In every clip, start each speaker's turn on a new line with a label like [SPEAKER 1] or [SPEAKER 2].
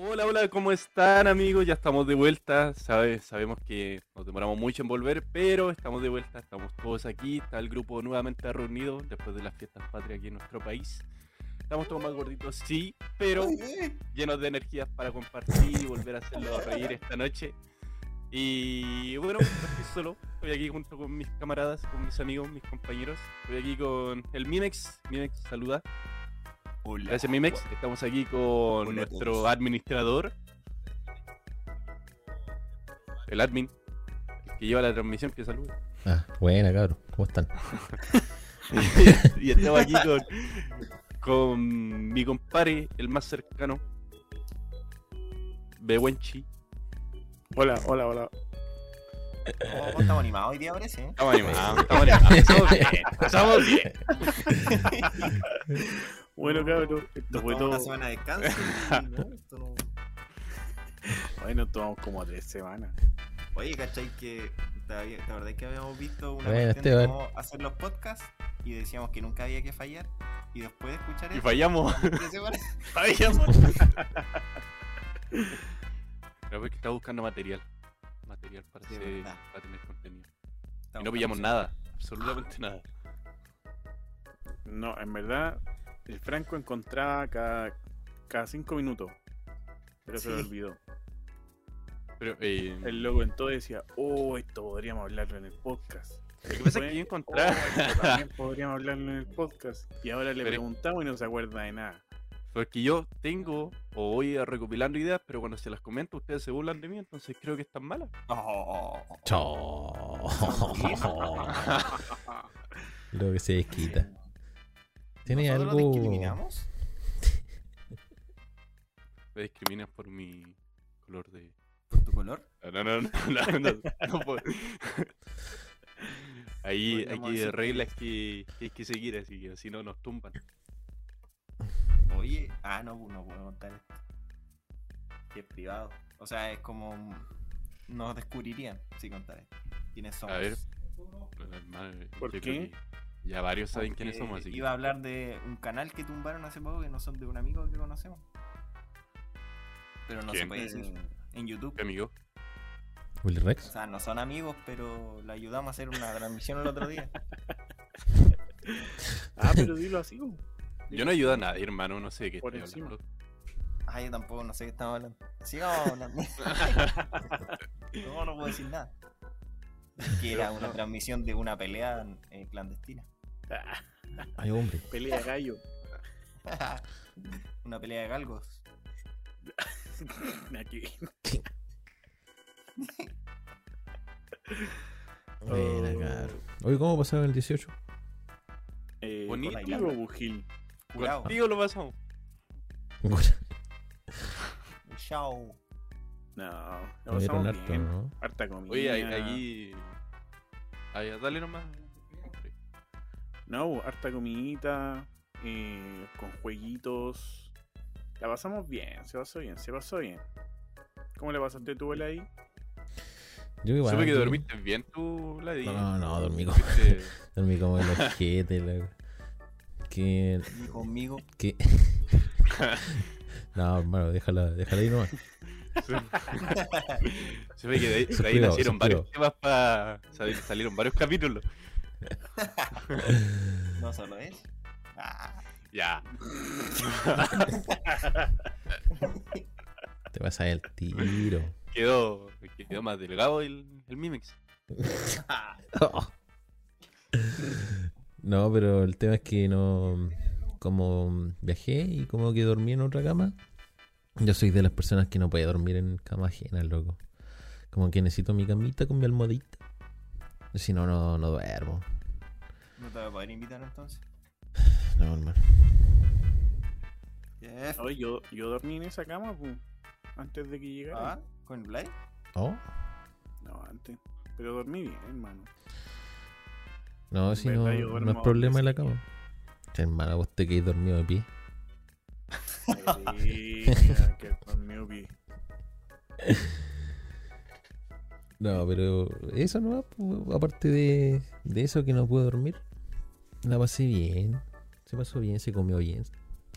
[SPEAKER 1] Hola, hola, ¿cómo están amigos? Ya estamos de vuelta, Sabe- sabemos que nos demoramos mucho en volver, pero estamos de vuelta, estamos todos aquí, está el grupo nuevamente reunido después de las fiestas patrias aquí en nuestro país. Estamos todos más gorditos, sí, pero llenos de energías para compartir y volver a hacerlo reír esta noche. Y bueno, no estoy solo, estoy aquí junto con mis camaradas, con mis amigos, mis compañeros. Estoy aquí con el Mimex, Mimex saluda. Gracias Mimex, estamos aquí con
[SPEAKER 2] Hola a
[SPEAKER 1] nuestro
[SPEAKER 2] todos.
[SPEAKER 1] administrador, el admin, el que lleva la transmisión, que saluda.
[SPEAKER 3] Ah, buena, cabrón. ¿Cómo están?
[SPEAKER 1] y estamos aquí con, con mi compadre, el más cercano, Bewenchi.
[SPEAKER 4] Hola, hola, hola.
[SPEAKER 2] ¿Cómo estamos animados hoy día, parece? ¿eh?
[SPEAKER 1] Estamos animados, estamos animados, estamos bien, estamos bien.
[SPEAKER 4] Bueno, cabrón, esto
[SPEAKER 2] Nos
[SPEAKER 4] fue
[SPEAKER 2] tomamos una
[SPEAKER 4] todo.
[SPEAKER 2] semana de descanso. y no, esto no-
[SPEAKER 4] Bueno, tomamos como tres semanas.
[SPEAKER 2] Oye, ¿cachai? Que la vi- la verdad es que habíamos visto una
[SPEAKER 3] Bueno,
[SPEAKER 2] cuestión de
[SPEAKER 3] Esteban.
[SPEAKER 2] cómo hacer los podcasts y decíamos que nunca había que fallar. Y después de escuchar
[SPEAKER 1] Y
[SPEAKER 2] eso,
[SPEAKER 1] fallamos.
[SPEAKER 2] tres semanas,
[SPEAKER 1] Fallamos. Pero es que está buscando material. Material para,
[SPEAKER 2] De
[SPEAKER 1] hacer-
[SPEAKER 2] verdad.
[SPEAKER 1] para tener contenido. Y
[SPEAKER 2] estamos
[SPEAKER 1] no pillamos
[SPEAKER 2] con-
[SPEAKER 1] nada. Absolutamente nada.
[SPEAKER 4] No, en verdad, el Franco encontraba cada, cada cinco minutos. Pero se lo
[SPEAKER 2] Sí.
[SPEAKER 4] olvidó.
[SPEAKER 1] Pero eh,
[SPEAKER 4] El loco entonces decía, oh, esto podríamos hablarlo en el podcast.
[SPEAKER 1] lo que pasa es que yo encontraba.
[SPEAKER 4] "Oh, esto también podríamos hablarlo en el podcast. Y ahora le
[SPEAKER 1] Pero-
[SPEAKER 4] preguntamos y no se acuerda de nada.
[SPEAKER 1] Porque yo tengo o voy a recopilando ideas, pero cuando se las comento ustedes se burlan de mí, entonces creo que están malas.
[SPEAKER 2] Oh,
[SPEAKER 3] Chao.
[SPEAKER 2] ¿Nosotros
[SPEAKER 3] Lo que se desquita. ¿Tiene
[SPEAKER 2] los
[SPEAKER 3] algo?
[SPEAKER 2] discriminamos?
[SPEAKER 1] Me discriminan por mi color de. Ah,
[SPEAKER 2] ¿Por tu color?
[SPEAKER 1] No, no, no, no, no, no, no puedo. Ahí hay
[SPEAKER 2] Podríamos
[SPEAKER 1] que
[SPEAKER 2] decir
[SPEAKER 1] reglas que, que hay que seguir, así que si no nos tumban.
[SPEAKER 2] Oye, ah, no, no puedo contar esto. Que es privado. O sea, es como. un- Nos descubrirían si contar esto. ¿Quiénes somos?
[SPEAKER 1] ver, Bueno, hermano, eh,
[SPEAKER 4] ¿Por
[SPEAKER 1] yo creo
[SPEAKER 4] qué?
[SPEAKER 1] que Ya varios saben quiénes
[SPEAKER 2] Porque
[SPEAKER 1] somos, así que
[SPEAKER 2] Iba a hablar de un canal que tumbaron hace poco que no son de un amigo que conocemos. Pero no se
[SPEAKER 1] ¿Quién?
[SPEAKER 2] puede
[SPEAKER 4] Eh,
[SPEAKER 2] decir
[SPEAKER 4] Mm.
[SPEAKER 2] en YouTube.
[SPEAKER 1] ¿qué amigo.
[SPEAKER 3] ¿Willy
[SPEAKER 2] O
[SPEAKER 3] Rex?
[SPEAKER 2] sea, no son amigos, pero le ayudamos a hacer una transmisión el otro día.
[SPEAKER 4] Ah, pero dilo así. po.
[SPEAKER 1] Yo no ayudo a nadie, hermano, no sé de qué
[SPEAKER 4] Por
[SPEAKER 1] estoy
[SPEAKER 4] encima.
[SPEAKER 1] hablando.
[SPEAKER 2] Ah, yo tampoco no sé qué estamos hablando. Sigamos hablando. no, no puedo decir nada. Que era una transmisión de una pelea eh, clandestina.
[SPEAKER 4] Ah,
[SPEAKER 3] Ay, hombre.
[SPEAKER 4] pelea gallo.
[SPEAKER 2] una pelea de galgos.
[SPEAKER 4] Aquí.
[SPEAKER 3] Buena,
[SPEAKER 4] Oh.
[SPEAKER 3] cabrón. Oye, ¿cómo pasaron el 18?
[SPEAKER 4] Eh,
[SPEAKER 1] Bonito.
[SPEAKER 4] contigo, Bujil.
[SPEAKER 2] Curado.
[SPEAKER 1] Contigo lo pasamos.
[SPEAKER 2] Chao.
[SPEAKER 4] No, lo
[SPEAKER 3] Comieron
[SPEAKER 4] pasamos
[SPEAKER 3] harto,
[SPEAKER 4] bien.
[SPEAKER 3] ¿no?
[SPEAKER 4] Harta comida.
[SPEAKER 1] Oye, ahí- ahí. ahí, dale nomás. hombre.
[SPEAKER 4] No, pues, harta comidita, eh, con jueguitos. La pasamos bien, se pasó bien, se pasó bien. ¿Cómo le pasaste tú, el ahí?
[SPEAKER 3] Yo igual.
[SPEAKER 1] Supe que
[SPEAKER 3] yo-
[SPEAKER 1] dormiste bien tú, Vladi.
[SPEAKER 3] No, no, no, dormí como,
[SPEAKER 1] Fuiste-
[SPEAKER 3] dormí como el ojete, loco. Que.
[SPEAKER 2] Y conmigo.
[SPEAKER 3] que... No, hermano, déjala, déjala ahí nomás.
[SPEAKER 1] Se ve que de ahí, de ahí
[SPEAKER 3] privado,
[SPEAKER 1] nacieron
[SPEAKER 3] son
[SPEAKER 1] varios temas para. Salieron varios capítulos.
[SPEAKER 2] No solo es. Ah,
[SPEAKER 1] Ya.
[SPEAKER 3] Te vas a el tiro.
[SPEAKER 1] Quedó, quedó más delgado el, el Mimex.
[SPEAKER 3] No, pero el tema es que no. Como viajé y como que dormí en otra cama, yo soy de las personas que no puede dormir en cama ajena, loco. Como que necesito mi camita con mi almohadita. Si no, no, no duermo.
[SPEAKER 2] no te voy a poder invitar entonces.
[SPEAKER 3] No, hermano.
[SPEAKER 2] Jeff.
[SPEAKER 4] Oye, yo, yo dormí en esa cama, pu, antes de que llegara.
[SPEAKER 2] Ah, ¿Con Blade?
[SPEAKER 3] Oh,
[SPEAKER 4] No, antes. Pero dormí bien, hermano.
[SPEAKER 3] no, si no,
[SPEAKER 4] Verdad, yo
[SPEAKER 3] no es
[SPEAKER 4] duermo
[SPEAKER 3] problema de la
[SPEAKER 4] así.
[SPEAKER 3] cama. Che, hermano, vos te quedás dormido de pie.
[SPEAKER 4] Sí, que dormí bien.
[SPEAKER 3] No, pero eso no, pues, aparte de, de eso que no pude dormir, la pasé bien. Se pasó bien, se comió bien.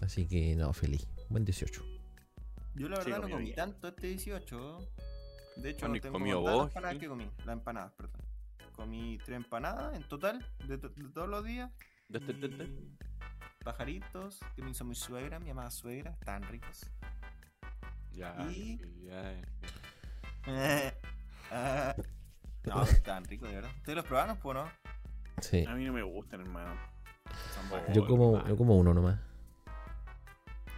[SPEAKER 3] Así que no, feliz. Buen 18.
[SPEAKER 2] Yo la
[SPEAKER 4] Sí,
[SPEAKER 2] verdad no
[SPEAKER 4] comió
[SPEAKER 2] comí
[SPEAKER 4] bien.
[SPEAKER 2] tanto este 18. De hecho,
[SPEAKER 1] Bueno,
[SPEAKER 2] no
[SPEAKER 1] ¿y
[SPEAKER 2] tengo
[SPEAKER 1] comió
[SPEAKER 2] contadas
[SPEAKER 1] vos,
[SPEAKER 2] las empanadas
[SPEAKER 1] Gil?
[SPEAKER 2] que comí. Las empanadas, perdón. Comí tres empanadas en total, de, to- de todos los días.
[SPEAKER 1] De- de- de- de-
[SPEAKER 2] y Pajaritos que me hizo mi suegra, mi amada suegra, tan ricos.
[SPEAKER 1] Ya,
[SPEAKER 2] Y-
[SPEAKER 1] sí, ya, eh.
[SPEAKER 2] Ah, no, están ricos, de verdad. ¿Ustedes los probaron, pues no?
[SPEAKER 3] Sí.
[SPEAKER 4] A mí no me gustan, hermano.
[SPEAKER 2] Son
[SPEAKER 1] Yo
[SPEAKER 4] Ah,
[SPEAKER 2] bacanes.
[SPEAKER 3] Yo como, yo como uno nomás.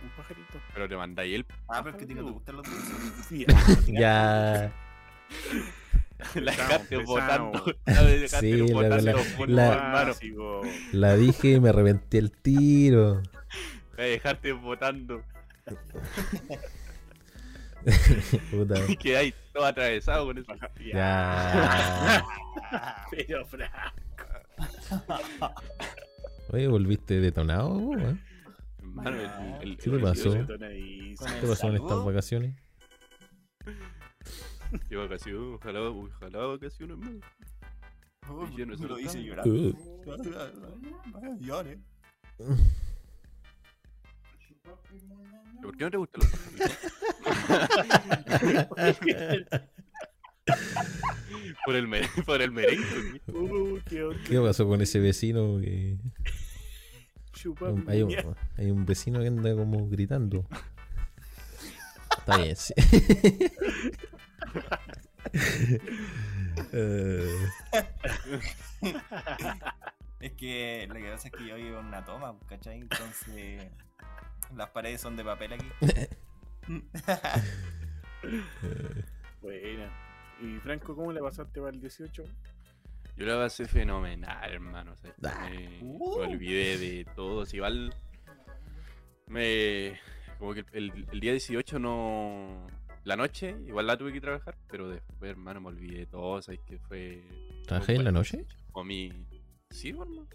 [SPEAKER 4] Un pajarito.
[SPEAKER 1] Pero te mandáis el
[SPEAKER 2] Ah, pero es que a ti no te gustan los dulces.
[SPEAKER 4] Sí,
[SPEAKER 3] Ya.
[SPEAKER 1] La dejaste
[SPEAKER 4] Empezamos,
[SPEAKER 1] votando. La
[SPEAKER 4] empezamos.
[SPEAKER 1] dejaste
[SPEAKER 3] Sí, la-
[SPEAKER 1] botando,
[SPEAKER 3] la-
[SPEAKER 1] los monos,
[SPEAKER 3] la-
[SPEAKER 1] hermano.
[SPEAKER 4] Básico.
[SPEAKER 3] La dije y me reventé el tiro.
[SPEAKER 1] La dejaste votando.
[SPEAKER 3] Puta.
[SPEAKER 1] Y quedáis todo atravesado con eso.
[SPEAKER 4] Ya.
[SPEAKER 3] Ya.
[SPEAKER 4] Pero, Fran.
[SPEAKER 3] Oye, volviste detonado, vos, eh?
[SPEAKER 1] Hermano, el- el-
[SPEAKER 3] ¿Qué
[SPEAKER 1] el-
[SPEAKER 3] te pasó?
[SPEAKER 1] el-
[SPEAKER 4] detonadísimo.
[SPEAKER 2] Con
[SPEAKER 3] ¿Qué
[SPEAKER 2] el
[SPEAKER 3] te pasó en estas
[SPEAKER 2] saludo,
[SPEAKER 3] vacaciones?
[SPEAKER 1] Qué vacación, ojalá, ojalá vacación, hermano.
[SPEAKER 2] oh,
[SPEAKER 1] Y lleno de
[SPEAKER 2] lo hice
[SPEAKER 1] cercano.
[SPEAKER 2] llorar.
[SPEAKER 3] Uh.
[SPEAKER 2] Ay, Llore.
[SPEAKER 1] ¿Por qué no te gustan los pajaritos? por, el mere- por el merengue.
[SPEAKER 4] Uh, qué onda.
[SPEAKER 3] ¿Qué pasó con ese vecino? Que...
[SPEAKER 4] Chupa
[SPEAKER 3] un- Hay,
[SPEAKER 4] mierda.
[SPEAKER 3] un, hay un vecino que anda como gritando. Está bien, sí. Eh,
[SPEAKER 2] Es que lo que pasa es que yo vivo en una toma, ¿cachai? Entonces las paredes son de papel aquí.
[SPEAKER 4] Buena. Y Franco, ¿cómo le pasaste para el 18?
[SPEAKER 1] Yo la pasé fenomenal, hermano. o sea,
[SPEAKER 3] Ah.
[SPEAKER 1] me,
[SPEAKER 2] Uh.
[SPEAKER 1] me olvidé de todo. Si igual me. Como que el, el día 18 no. La noche, igual la tuve que trabajar, pero después, hermano, me olvidé de todo. ¿Sabes que fue.
[SPEAKER 3] ¿Trabajé en la noche?
[SPEAKER 1] Comí. Sí, hermano.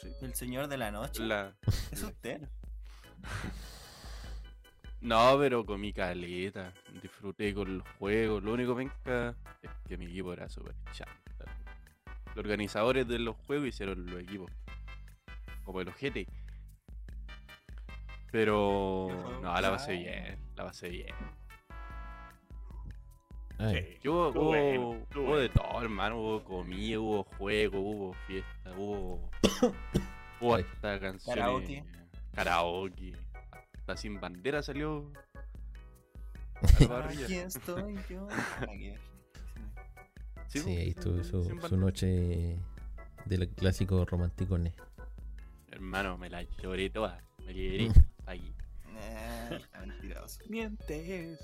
[SPEAKER 1] Sí.
[SPEAKER 2] El señor de la noche.
[SPEAKER 1] La-
[SPEAKER 2] Es
[SPEAKER 1] la-
[SPEAKER 2] usted.
[SPEAKER 1] No, pero comí caleta. Disfruté con los juegos. Lo único penca es que mi equipo era súper chanta. Los organizadores de los juegos hicieron los equipos. Como el ojete. Pero.
[SPEAKER 2] Qué juego
[SPEAKER 1] No, la pasé
[SPEAKER 4] Ah.
[SPEAKER 2] chanta.
[SPEAKER 1] bien. La pasé bien.
[SPEAKER 3] Ay,
[SPEAKER 4] Sí.
[SPEAKER 1] Yo
[SPEAKER 4] Estuvo
[SPEAKER 1] hubo,
[SPEAKER 4] bueno,
[SPEAKER 1] hubo
[SPEAKER 4] estuvo bueno.
[SPEAKER 1] de todo, hermano. Hubo comida, hubo juego, hubo fiesta, hubo. hubo
[SPEAKER 3] Ay.
[SPEAKER 1] hasta canciones. eh,
[SPEAKER 2] Karaoke.
[SPEAKER 1] Karaoke. Hasta sin bandera salió. la parrilla.
[SPEAKER 2] Aquí estoy yo. Nada que ver.
[SPEAKER 1] Sí,
[SPEAKER 3] sí,
[SPEAKER 1] pues,
[SPEAKER 3] ahí estuvo
[SPEAKER 1] sin-
[SPEAKER 3] su,
[SPEAKER 1] sin
[SPEAKER 3] su
[SPEAKER 1] bandera.
[SPEAKER 3] noche del clásico romanticones.
[SPEAKER 1] Hermano, me la lloré toda. Me
[SPEAKER 3] Mm.
[SPEAKER 1] liberé. Ahí.
[SPEAKER 2] Eh, mentiroso.
[SPEAKER 4] Mientes.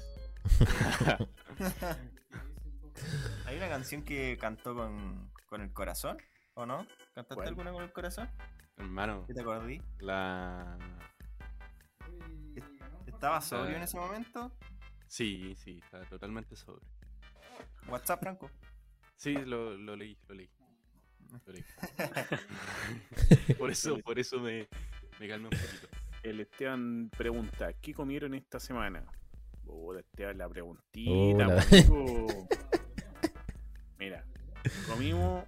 [SPEAKER 2] Hay una canción que cantó con, con el corazón, ¿o no? ¿Cantaste
[SPEAKER 4] ¿Cuál?
[SPEAKER 2] alguna con el corazón?
[SPEAKER 1] Hermano,
[SPEAKER 2] ¿Qué te acordé?
[SPEAKER 1] la.
[SPEAKER 2] ¿Estabas sobrio en
[SPEAKER 1] Ah.
[SPEAKER 2] ese momento?
[SPEAKER 1] Sí, sí, está totalmente sobre.
[SPEAKER 2] WhatsApp, Franco.
[SPEAKER 1] Sí, lo, lo leí, lo leí. Lo leí. por eso, por eso me, me calmé un poquito.
[SPEAKER 4] El Esteban pregunta, ¿qué comieron esta semana? Oh, Esteban, la preguntita,
[SPEAKER 3] Hola.
[SPEAKER 4] amigo. Mira, comimos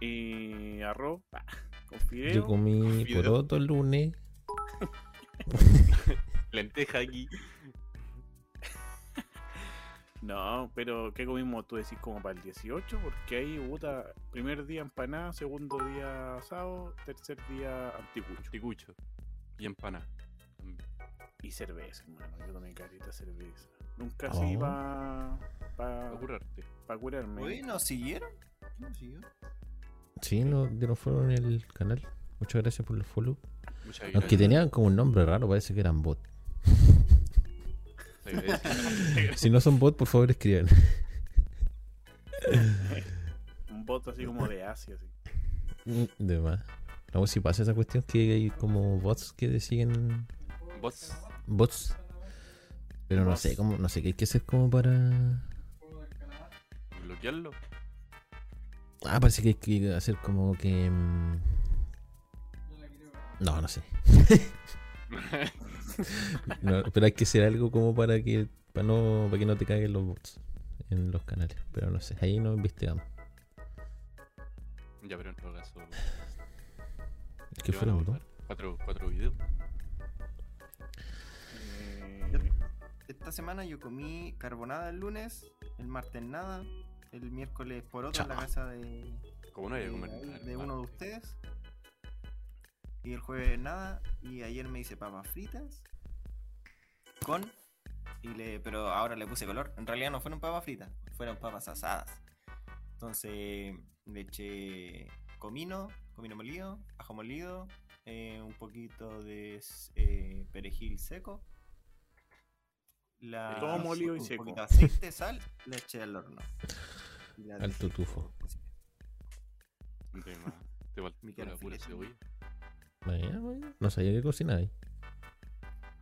[SPEAKER 4] eh, arroz ah, con fideo.
[SPEAKER 3] Yo comí
[SPEAKER 1] Fideo.
[SPEAKER 3] poroto el lunes.
[SPEAKER 1] Lenteja aquí.
[SPEAKER 4] No, pero ¿qué comimos tú decís como para el 18? Porque ahí, puta, primer día empanada, segundo día asado, tercer día anticucho.
[SPEAKER 1] Ticucho. Y empanada. También.
[SPEAKER 4] Y cerveza, hermano. Yo tomé carita cerveza. Nunca
[SPEAKER 3] Oh.
[SPEAKER 4] se iba para
[SPEAKER 1] Para curarte.
[SPEAKER 4] curarme.
[SPEAKER 2] Uy, ¿nos siguieron? ¿Quién nos siguió?
[SPEAKER 3] Sí, no, no fueron en el canal. Muchas gracias por el follow.
[SPEAKER 1] Muchas gracias.
[SPEAKER 3] Aunque tenían como un nombre raro, parece que eran bots.
[SPEAKER 1] Te agradezco, te agradezco.
[SPEAKER 3] Si no son bots, por favor escriban.
[SPEAKER 4] Un voto así como de Asia, así.
[SPEAKER 3] De más. No, si pasa esa cuestión que hay como bots que te siguen.
[SPEAKER 1] Vos.
[SPEAKER 3] Bots. Pero no
[SPEAKER 4] Bots.
[SPEAKER 3] sé, cómo, no sé qué hay que hacer como para.
[SPEAKER 1] Bloquearlo.
[SPEAKER 3] Ah, parece que hay que hacer como que. mm, No, no sé. No, pero hay que hacer algo como para que para no para que no te caguen los bots. en los canales. Pero no sé, ahí no investigamos.
[SPEAKER 1] Ya, pero en todo caso.
[SPEAKER 3] ¿Qué
[SPEAKER 1] van a
[SPEAKER 3] fue lo
[SPEAKER 1] botar? Cuatro, cuatro videos.
[SPEAKER 4] Eh,
[SPEAKER 2] Esta semana yo comí carbonada el lunes, el martes nada, el miércoles por otro en la
[SPEAKER 3] Chao.
[SPEAKER 2] casa de,
[SPEAKER 1] Como no hay
[SPEAKER 2] de-
[SPEAKER 1] que comer
[SPEAKER 2] ahí,
[SPEAKER 1] nada,
[SPEAKER 2] de
[SPEAKER 1] hermano.
[SPEAKER 2] uno de ustedes. Y el jueves nada. Y ayer me hice papas fritas. Con. Y le, pero ahora le puse color. En realidad no fueron papas fritas, fueron papas asadas. Entonces le eché comino, comino molido, ajo molido, eh, un poquito de eh, perejil seco. La,
[SPEAKER 4] Todo molido y
[SPEAKER 2] un
[SPEAKER 4] seco.
[SPEAKER 2] poquito de aceite, sal, le eché al horno. Y la
[SPEAKER 3] Al
[SPEAKER 2] dejé
[SPEAKER 3] tutufo.
[SPEAKER 2] cocinar.
[SPEAKER 1] De más. Te
[SPEAKER 2] Mi
[SPEAKER 1] faltó
[SPEAKER 2] cara
[SPEAKER 1] la pura
[SPEAKER 2] filete.
[SPEAKER 1] cebolla.
[SPEAKER 3] Vaya, vaya. No sabía que cocinaba.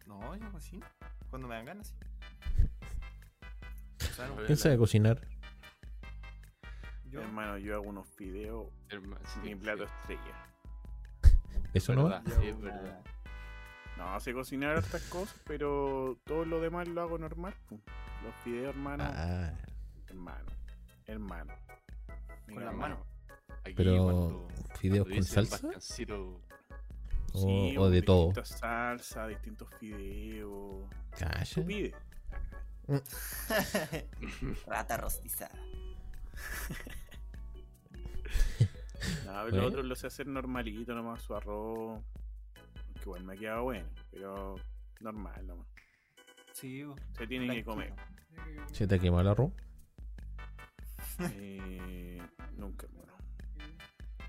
[SPEAKER 2] No, yo cocino. Cuando me dan ganas, sí.
[SPEAKER 1] A ver,
[SPEAKER 3] ¿Quién sabe cocinar?
[SPEAKER 2] Yo,
[SPEAKER 4] Hermano, yo hago unos fideos,
[SPEAKER 1] herma- sí,
[SPEAKER 4] mi
[SPEAKER 1] sí,
[SPEAKER 4] plato estrella.
[SPEAKER 3] Eso no va.
[SPEAKER 1] verdad,
[SPEAKER 2] yo
[SPEAKER 1] sí, es
[SPEAKER 2] una-
[SPEAKER 1] verdad.
[SPEAKER 4] No, sé cocinar estas cosas, pero todo lo demás lo hago normal. pum. Los fideos, hermano,
[SPEAKER 3] Ah,
[SPEAKER 4] hermano, hermano. Mira,
[SPEAKER 2] Con la
[SPEAKER 4] hermano.
[SPEAKER 2] mano.
[SPEAKER 1] Aquí
[SPEAKER 3] Pero,
[SPEAKER 1] cuando- cuando
[SPEAKER 3] ¿fideos con
[SPEAKER 1] dice
[SPEAKER 3] salsa?
[SPEAKER 1] Pascancito,
[SPEAKER 3] o,
[SPEAKER 4] Sí,
[SPEAKER 3] Oh, o de todo.
[SPEAKER 4] Distintas salsas, distintos fideos. Tú
[SPEAKER 3] Calla.
[SPEAKER 4] pide.
[SPEAKER 2] Rata rostizada.
[SPEAKER 4] No, pero
[SPEAKER 3] Bueno.
[SPEAKER 4] lo otro lo sé hacer normalito nomás, su arroz. Que igual me ha quedado bueno, pero normal nomás.
[SPEAKER 2] Sí, bo.
[SPEAKER 4] Se tiene que comer.
[SPEAKER 3] ¿Se te ha quemado el arroz?
[SPEAKER 4] Eh, nunca, hermano.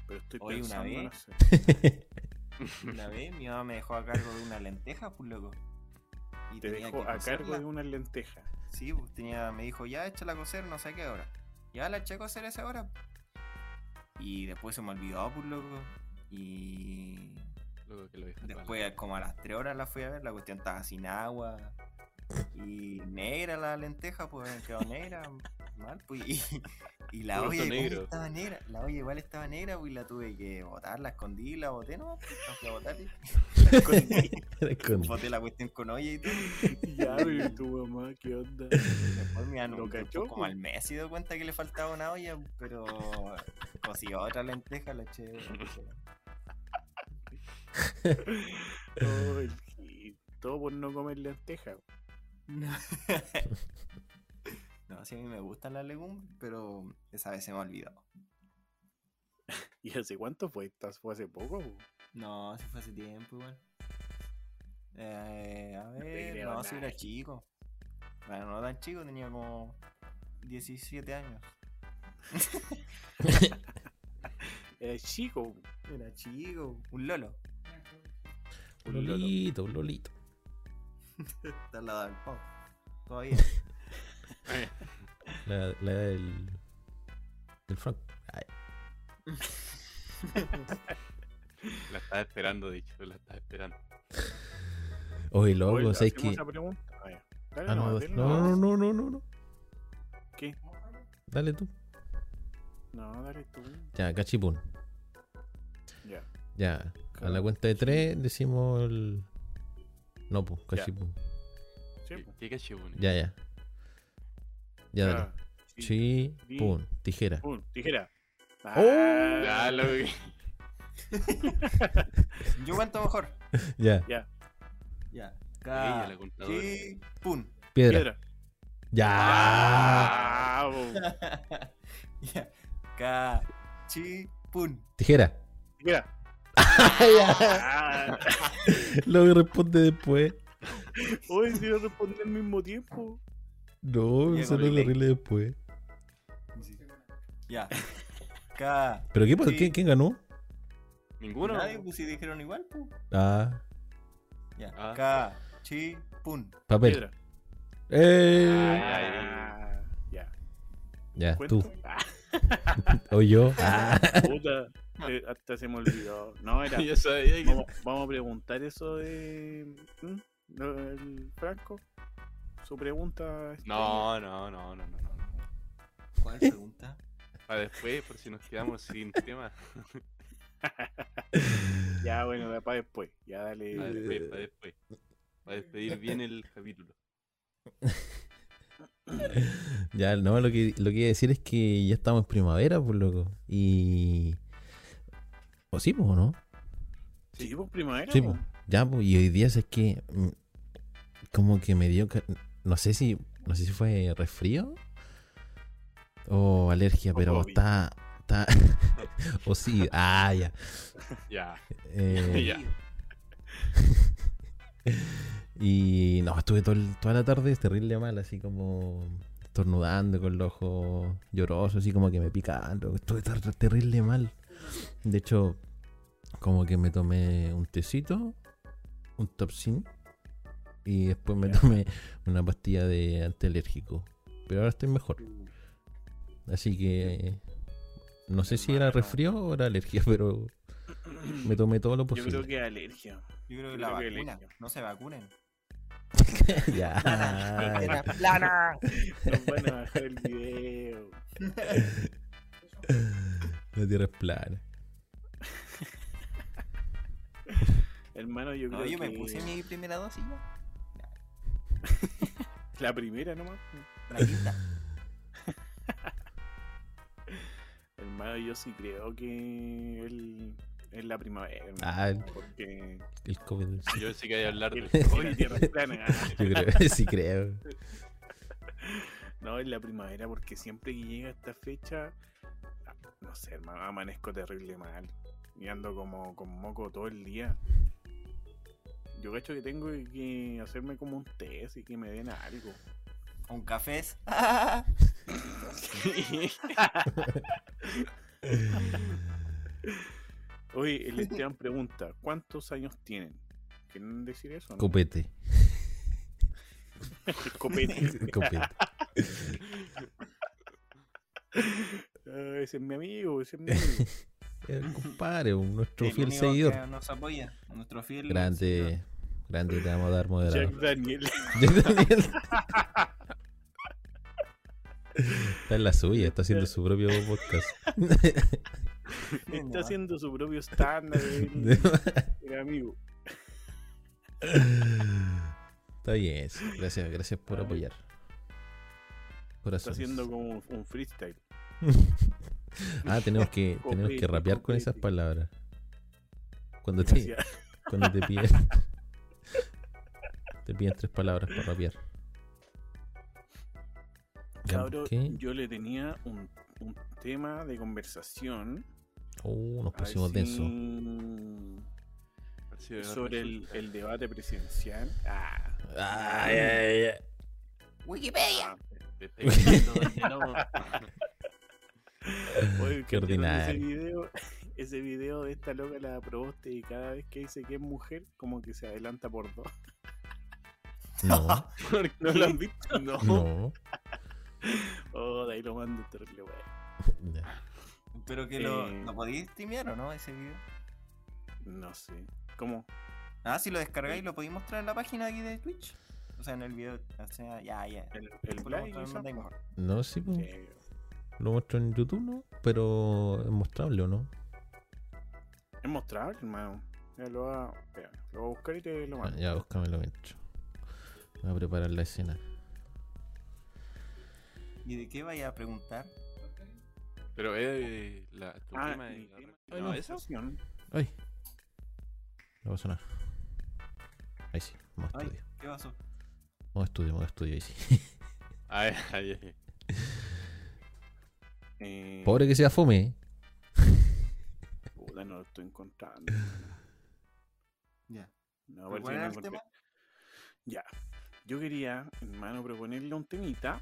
[SPEAKER 4] Pero estoy
[SPEAKER 2] Hoy una
[SPEAKER 4] pensando,
[SPEAKER 2] vez.
[SPEAKER 4] no sé.
[SPEAKER 2] Una vez mi mamá me dejó a cargo de una lenteja, pues loco. Y
[SPEAKER 4] Te
[SPEAKER 2] tenía
[SPEAKER 4] dejo
[SPEAKER 2] que
[SPEAKER 4] a cargo
[SPEAKER 2] cocerla.
[SPEAKER 4] de unas lentejas.
[SPEAKER 2] Sí, pues tenía, me dijo, ya échala a cocer, no sé a qué hora. Ya la eché a cocer a esa hora. Y después se me olvidó, pues loco. Y
[SPEAKER 1] loco, que lo deja para la-
[SPEAKER 2] Después, como a las 3 horas la fui a ver, la cuestión estaba sin agua. Y negra la lenteja, pues habían quedado negra, mal, pues. Y, y la
[SPEAKER 1] Producto
[SPEAKER 2] olla igual
[SPEAKER 1] negro.
[SPEAKER 2] estaba negra, la olla igual estaba negra, pues, y la tuve que botar, la escondí, la boté, no, pues, la fui a botar y
[SPEAKER 3] Con-
[SPEAKER 2] boté la cuestión con olla y todo.
[SPEAKER 4] ya, pero tu mamá, ¿qué onda?
[SPEAKER 2] Después me
[SPEAKER 4] Lo
[SPEAKER 2] anuló,
[SPEAKER 4] cachó,
[SPEAKER 2] como
[SPEAKER 4] pues.
[SPEAKER 2] al mes se dio cuenta que le faltaba una olla, pero cocí otra lenteja, la eché. la eché.
[SPEAKER 4] Todo, Oh, el- y todo por no comer lentejas.
[SPEAKER 2] No. no, sí, a mí me gustan las legumbres, pero esa vez se me olvidó.
[SPEAKER 4] ¿Y hace cuánto fue? ¿Tas- ¿Fue hace poco? po?
[SPEAKER 2] No, se fue hace tiempo igual. Eh, a
[SPEAKER 4] te
[SPEAKER 2] ver,
[SPEAKER 4] creo
[SPEAKER 2] no, si
[SPEAKER 4] nada.
[SPEAKER 2] era chico. Bueno, no tan chico, tenía como 17 años.
[SPEAKER 4] Era chico. po.
[SPEAKER 2] Era chico, un lolo.
[SPEAKER 3] Un lolito, un lolito.
[SPEAKER 2] Está al lado del pavo. Todavía.
[SPEAKER 3] La, la edad del, del Frank. Ay,
[SPEAKER 1] La estaba esperando, de hecho, la estaba esperando.
[SPEAKER 3] Oye,
[SPEAKER 4] Oye,
[SPEAKER 3] loco, ¿sabes
[SPEAKER 4] ¿hacemos
[SPEAKER 3] que
[SPEAKER 4] esa pregunta? A ver, dale
[SPEAKER 3] Ah, no,
[SPEAKER 4] nomás, dale nomás.
[SPEAKER 3] no, no, no, no, no.
[SPEAKER 4] ¿Qué?
[SPEAKER 3] Dale tú.
[SPEAKER 4] No, dale tú.
[SPEAKER 3] Ya, cachipún.
[SPEAKER 4] Ya.
[SPEAKER 3] Ya, a la cuenta de tres decimos el. No, pues, cachipún.
[SPEAKER 4] Sí, po.
[SPEAKER 1] ¿Qué cachibón?
[SPEAKER 3] Ya, ya. Ya, dale.
[SPEAKER 4] Ya. Sí.
[SPEAKER 3] Chipún, tijera.
[SPEAKER 4] Pum, tijera.
[SPEAKER 3] ¡Oh!
[SPEAKER 1] Ya,
[SPEAKER 4] Ah,
[SPEAKER 1] lo que.
[SPEAKER 2] Yo cuento mejor.
[SPEAKER 3] Ya,
[SPEAKER 4] Ya,
[SPEAKER 2] Ya.
[SPEAKER 1] Ella,
[SPEAKER 2] Ca-
[SPEAKER 1] la contadora.
[SPEAKER 2] chi- pun.
[SPEAKER 3] piedra.
[SPEAKER 4] piedra.
[SPEAKER 3] Ya,
[SPEAKER 4] Ah, po.
[SPEAKER 2] Ya. Ca. Chi. Pun.
[SPEAKER 3] tijera.
[SPEAKER 4] Tijera. Ah,
[SPEAKER 3] Lo responde después.
[SPEAKER 4] Oye, si yo respondí al mismo tiempo.
[SPEAKER 3] No,
[SPEAKER 2] Ya,
[SPEAKER 3] eso
[SPEAKER 2] con
[SPEAKER 3] no lo
[SPEAKER 2] delay.
[SPEAKER 3] arregle después.
[SPEAKER 2] Sí. Ya. Ca.
[SPEAKER 3] ¿Pero qué pasó?
[SPEAKER 2] Sí.
[SPEAKER 3] ¿Quién, quién ganó?
[SPEAKER 1] Ninguno.
[SPEAKER 2] Nadie, pues si dijeron igual, pues.
[SPEAKER 3] Ah,
[SPEAKER 2] Ya.
[SPEAKER 1] Ah.
[SPEAKER 2] Ca. Chi. Pun.
[SPEAKER 3] papel.
[SPEAKER 4] Piedra.
[SPEAKER 1] Ay,
[SPEAKER 3] ¡Eh!
[SPEAKER 1] ay, ay.
[SPEAKER 4] Ah, ya.
[SPEAKER 3] Ya,
[SPEAKER 4] ¿Cuento?
[SPEAKER 3] tú.
[SPEAKER 4] Ah,
[SPEAKER 3] O yo. Ah,
[SPEAKER 4] puta. Eh, Hasta se me olvidó. No, era.
[SPEAKER 1] Ya sabía que.
[SPEAKER 4] Vamos, vamos a preguntar eso de. ¿Mm? Lo- El Franco. Su pregunta. estrella.
[SPEAKER 1] No, no, no, no, no. no.
[SPEAKER 2] ¿Cuál pregunta?
[SPEAKER 1] Para después, por si nos quedamos sin tema.
[SPEAKER 4] Ya, bueno, para después. Ya dale.
[SPEAKER 1] Para después, para después. Para despedir bien el capítulo.
[SPEAKER 3] Ya, no, lo que, lo que iba a decir es que ya estamos en primavera, por loco. Y. ¿O sí, pues, o no?
[SPEAKER 4] Sí, pues primavera.
[SPEAKER 3] Sí,
[SPEAKER 4] po.
[SPEAKER 3] po. Ya, pues, y hoy día es que mm, como que me dio, ca- no sé si, no sé si fue resfrío o alergia,
[SPEAKER 4] O
[SPEAKER 3] pero
[SPEAKER 4] COVID.
[SPEAKER 3] está, está, o sí, ah, ya.
[SPEAKER 1] Ya,
[SPEAKER 3] Eh,
[SPEAKER 1] ya.
[SPEAKER 3] Y no, estuve todo el- toda la tarde terrible mal, así como estornudando con los ojos llorosos, así como que me picaban. loco. Estuve ter- terrible mal. De hecho, como que me tomé un tecito, un topsin, y después me tomé una pastilla de antialérgico. Pero ahora estoy mejor. Así que no sé si era
[SPEAKER 4] Hermano.
[SPEAKER 3] resfrío o era alergia, pero me tomé todo lo
[SPEAKER 4] Yo creo
[SPEAKER 3] posible.
[SPEAKER 4] que alergia.
[SPEAKER 2] Yo creo que
[SPEAKER 4] Yo
[SPEAKER 2] la
[SPEAKER 4] creo que
[SPEAKER 2] vacuna.
[SPEAKER 4] elegí.
[SPEAKER 2] No se vacunen.
[SPEAKER 3] ya.
[SPEAKER 2] plana.
[SPEAKER 4] Nos van a bajar el video.
[SPEAKER 3] La tierra es plana.
[SPEAKER 4] Hermano, yo creo
[SPEAKER 2] No, yo
[SPEAKER 4] que
[SPEAKER 2] me puse mi primera dosis ya.
[SPEAKER 4] la primera nomás.
[SPEAKER 2] La quinta.
[SPEAKER 4] Hermano, yo sí creo que el- es la primavera. hermano,
[SPEAKER 3] Ah, el-
[SPEAKER 4] porque
[SPEAKER 3] El COVID. sí.
[SPEAKER 1] Yo sí que hay hablar del
[SPEAKER 4] el- la
[SPEAKER 1] COVID.
[SPEAKER 4] tierra es plana. ah,
[SPEAKER 3] Yo creo, sí creo.
[SPEAKER 4] No, es la primavera porque siempre que llega esta fecha, ah, no sé, hermano, amanezco terrible mal. Y ando como con moco todo el día. Yo cacho que tengo que hacerme como un test y que me den algo.
[SPEAKER 2] Un café es.
[SPEAKER 4] Oye, el Esteban pregunta, ¿cuántos años tienen? ¿Quieren decir eso? no?
[SPEAKER 3] Copete.
[SPEAKER 4] Copete.
[SPEAKER 3] Copete.
[SPEAKER 4] Ah, ese es mi amigo, ese es mi amigo.
[SPEAKER 3] El compadre, un- nuestro
[SPEAKER 2] el
[SPEAKER 3] fiel
[SPEAKER 2] único
[SPEAKER 3] seguidor.
[SPEAKER 2] que Nos apoya. Nuestro fiel. seguidor.
[SPEAKER 3] Grande. Grande, te vamos a dar
[SPEAKER 4] Jack
[SPEAKER 3] moderador.
[SPEAKER 4] Daniel.
[SPEAKER 3] Jack Daniel. Está en la suya, está haciendo su propio podcast.
[SPEAKER 4] Está haciendo su propio estándar, el,
[SPEAKER 3] Está
[SPEAKER 4] el amigo.
[SPEAKER 3] bien, sí. gracias, gracias por apoyar.
[SPEAKER 4] Está
[SPEAKER 3] Corazón.
[SPEAKER 4] haciendo como un freestyle.
[SPEAKER 3] Ah, tenemos que, tenemos que
[SPEAKER 4] Copete,
[SPEAKER 3] rapear con esas
[SPEAKER 4] copete.
[SPEAKER 3] palabras. Cuando te,
[SPEAKER 4] Gracias.
[SPEAKER 3] cuando te piden. te piden tres palabras para rapear. Ya,
[SPEAKER 4] Cabro,
[SPEAKER 3] ¿qué?
[SPEAKER 4] yo le tenía un, un tema de conversación.
[SPEAKER 3] Oh, nos
[SPEAKER 4] a ver
[SPEAKER 3] pusimos
[SPEAKER 4] si-
[SPEAKER 3] densos.
[SPEAKER 1] Sí,
[SPEAKER 4] Sobre el, el debate presidencial. Ah,
[SPEAKER 3] Ay, ay, ay.
[SPEAKER 2] Wikipedia.
[SPEAKER 1] Te estoy viendo, Daniel,
[SPEAKER 3] Qué
[SPEAKER 4] Oye, ¿cacharon Ese
[SPEAKER 3] ordinario.
[SPEAKER 4] video, ese video de esta loca la proboste y cada vez que dice que es mujer, como que se adelanta por dos.
[SPEAKER 3] No,
[SPEAKER 4] ¿No lo han visto? No.
[SPEAKER 3] no.
[SPEAKER 4] Oh, de ahí lo mando terrible, wey.
[SPEAKER 3] Ya.
[SPEAKER 2] Pero que lo,
[SPEAKER 4] Eh.
[SPEAKER 2] lo podéis streamear o no ese video.
[SPEAKER 4] No sé. ¿Cómo?
[SPEAKER 2] Ah, si lo descargáis, lo podéis mostrar en la página aquí de Twitch. O sea, en el video. O sea, ya, ya.
[SPEAKER 4] ¿El, el Eh,
[SPEAKER 2] Después lo
[SPEAKER 4] Blay,
[SPEAKER 2] mostramos,
[SPEAKER 4] quizá?
[SPEAKER 2] mandáis mejor.
[SPEAKER 3] No, sí, po.
[SPEAKER 4] Sí.
[SPEAKER 3] lo muestro en YouTube, ¿no? Pero es mostrable, ¿o no?
[SPEAKER 4] Es mostrable, hermano. Ya lo va, espera, lo voy a buscar y te lo
[SPEAKER 3] Ah,
[SPEAKER 4] mando.
[SPEAKER 3] ya, búscame lo entro. Voy a preparar la escena.
[SPEAKER 2] ¿Y de qué vaya a preguntar?
[SPEAKER 1] Pero eh, la, tu
[SPEAKER 4] Ah,
[SPEAKER 1] prima
[SPEAKER 4] mi
[SPEAKER 1] y la-
[SPEAKER 4] prima.
[SPEAKER 1] No, eso.
[SPEAKER 4] Conversación.
[SPEAKER 3] Ay. No pasó nada. Ahí sí, modo
[SPEAKER 2] Ay,
[SPEAKER 3] estudio.
[SPEAKER 2] ¿qué pasó?
[SPEAKER 3] Modo estudio, modo estudio, ahí sí.
[SPEAKER 1] Ay, ay, ay.
[SPEAKER 4] Eh,
[SPEAKER 3] Pobre que sea fome, ¿eh?
[SPEAKER 4] Puta, no lo estoy encontrando.
[SPEAKER 2] Ya.
[SPEAKER 4] No,
[SPEAKER 2] ¿Pero
[SPEAKER 4] parece que
[SPEAKER 2] ¿Cuál
[SPEAKER 4] no
[SPEAKER 2] era el
[SPEAKER 4] encontré.
[SPEAKER 2] tema?
[SPEAKER 4] Ya. Yo quería, hermano, proponerle un
[SPEAKER 3] Ah,
[SPEAKER 4] temita.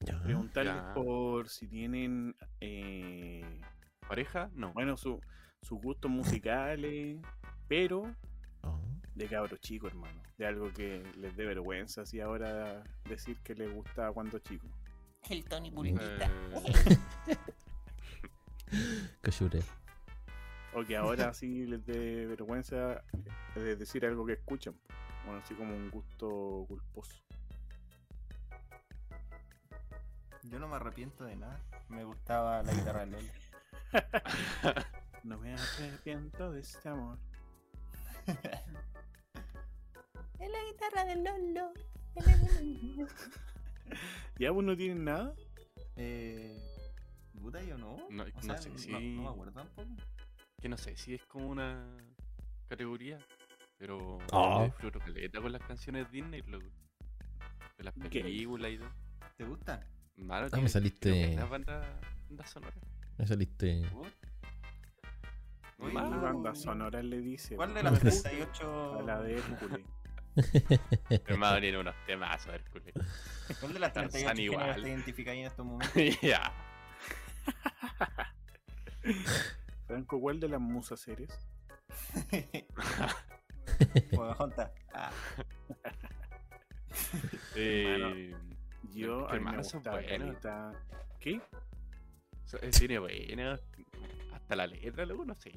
[SPEAKER 3] Ya.
[SPEAKER 4] Preguntarles
[SPEAKER 1] Ya.
[SPEAKER 4] por si tienen, eh,
[SPEAKER 1] ¿Pareja? No.
[SPEAKER 4] bueno, su- sus gustos musicales, pero
[SPEAKER 3] Ah.
[SPEAKER 4] de cabro chico, hermano. De algo que les dé vergüenza así ahora decir que les gusta cuando chico.
[SPEAKER 2] El Tony
[SPEAKER 1] Eh,
[SPEAKER 3] Cachure.
[SPEAKER 4] O que ahora sí les dé vergüenza de decir algo que escuchan. Bueno, así como un gusto culposo.
[SPEAKER 2] Yo no me arrepiento de nada. Me gustaba la guitarra de LOL.
[SPEAKER 4] No me arrepiento de este amor.
[SPEAKER 5] Es la guitarra del Lolo. Es la guitarra del Lolo.
[SPEAKER 4] ¿Ya vos no tienes nada?
[SPEAKER 2] Eh, ¿Puta yo no?
[SPEAKER 1] No,
[SPEAKER 2] O
[SPEAKER 1] no
[SPEAKER 2] sea,
[SPEAKER 1] sé,
[SPEAKER 2] no-
[SPEAKER 1] sí.
[SPEAKER 2] no me acuerdo tampoco.
[SPEAKER 1] Que no sé si es como una categoría, pero
[SPEAKER 3] Ah.
[SPEAKER 1] yo disfruto caleta con las canciones Disney, loco. De las
[SPEAKER 4] ¿Qué?
[SPEAKER 1] películas y todo.
[SPEAKER 2] ¿Te gustan?
[SPEAKER 1] Mano,
[SPEAKER 3] Ah, me
[SPEAKER 1] tiene-
[SPEAKER 3] saliste- Este.
[SPEAKER 1] tiene buenas bandas- bandas sonoras.
[SPEAKER 3] Me saliste.
[SPEAKER 1] Muy
[SPEAKER 2] Oye,
[SPEAKER 1] mal.
[SPEAKER 4] ¿Qué
[SPEAKER 2] Ah.
[SPEAKER 4] banda sonora le dice?
[SPEAKER 2] ¿Cuál de
[SPEAKER 4] po?
[SPEAKER 2] las
[SPEAKER 3] Puta.
[SPEAKER 2] 38?
[SPEAKER 4] A la de Hércules.
[SPEAKER 1] Hermano, tiene unos temas, Hércules.
[SPEAKER 4] pues,
[SPEAKER 2] ¿Cuál de las
[SPEAKER 1] Tarzán
[SPEAKER 2] 38 géneros
[SPEAKER 1] igual.
[SPEAKER 2] te identificáis en estos momentos?
[SPEAKER 1] ya.
[SPEAKER 4] Franco, ¿cuál de las musas series?
[SPEAKER 2] Pocahontas. Ah,
[SPEAKER 1] Eh,
[SPEAKER 4] Yo,
[SPEAKER 1] Qué
[SPEAKER 4] a mí me
[SPEAKER 1] hermano, son
[SPEAKER 4] gustaba
[SPEAKER 2] pues,
[SPEAKER 1] buenos.
[SPEAKER 4] caleta- ¿Qué? Eh,
[SPEAKER 1] so- eh, tiene buenas. Hasta la letra, loco, no sé.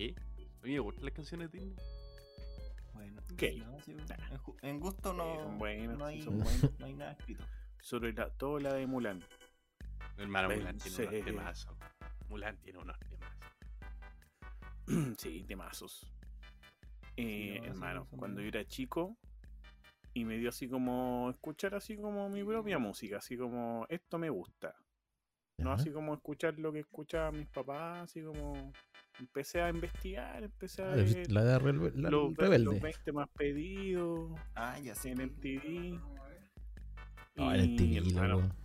[SPEAKER 1] A mí me gustan las canciones Disney.
[SPEAKER 2] bueno.
[SPEAKER 4] Ok.
[SPEAKER 2] no, sí, en ju- en gusto
[SPEAKER 4] Sí,
[SPEAKER 2] no,
[SPEAKER 4] son buenos,
[SPEAKER 2] no,
[SPEAKER 4] sí,
[SPEAKER 2] hay,
[SPEAKER 4] son buenos.
[SPEAKER 2] no hay nada escrito.
[SPEAKER 4] Sobre la, toda la de Mulan.
[SPEAKER 1] Hermano,
[SPEAKER 4] Ven,
[SPEAKER 1] Mulan tiene
[SPEAKER 4] sí.
[SPEAKER 1] unos temas. Mulan tiene unos temas.
[SPEAKER 4] sí, temazos. Eh,
[SPEAKER 2] no, son-
[SPEAKER 4] hermano,
[SPEAKER 2] son
[SPEAKER 4] cuando yo
[SPEAKER 2] buenos.
[SPEAKER 4] era chico y me dio así como escuchar así como mi
[SPEAKER 2] Mm.
[SPEAKER 4] propia música, así como esto me gusta. No
[SPEAKER 3] Ya.
[SPEAKER 4] así como escuchar lo que escuchaban mis papás, así como empecé a investigar, empecé a
[SPEAKER 3] Ah,
[SPEAKER 4] ver
[SPEAKER 3] La de Rel- la
[SPEAKER 4] los, los
[SPEAKER 3] rebelde.
[SPEAKER 4] 20 más pedidos
[SPEAKER 2] Ah, ya sé.
[SPEAKER 4] en MTV.
[SPEAKER 3] Ah, el
[SPEAKER 4] y,
[SPEAKER 3] TV,
[SPEAKER 4] hermano,
[SPEAKER 3] loco.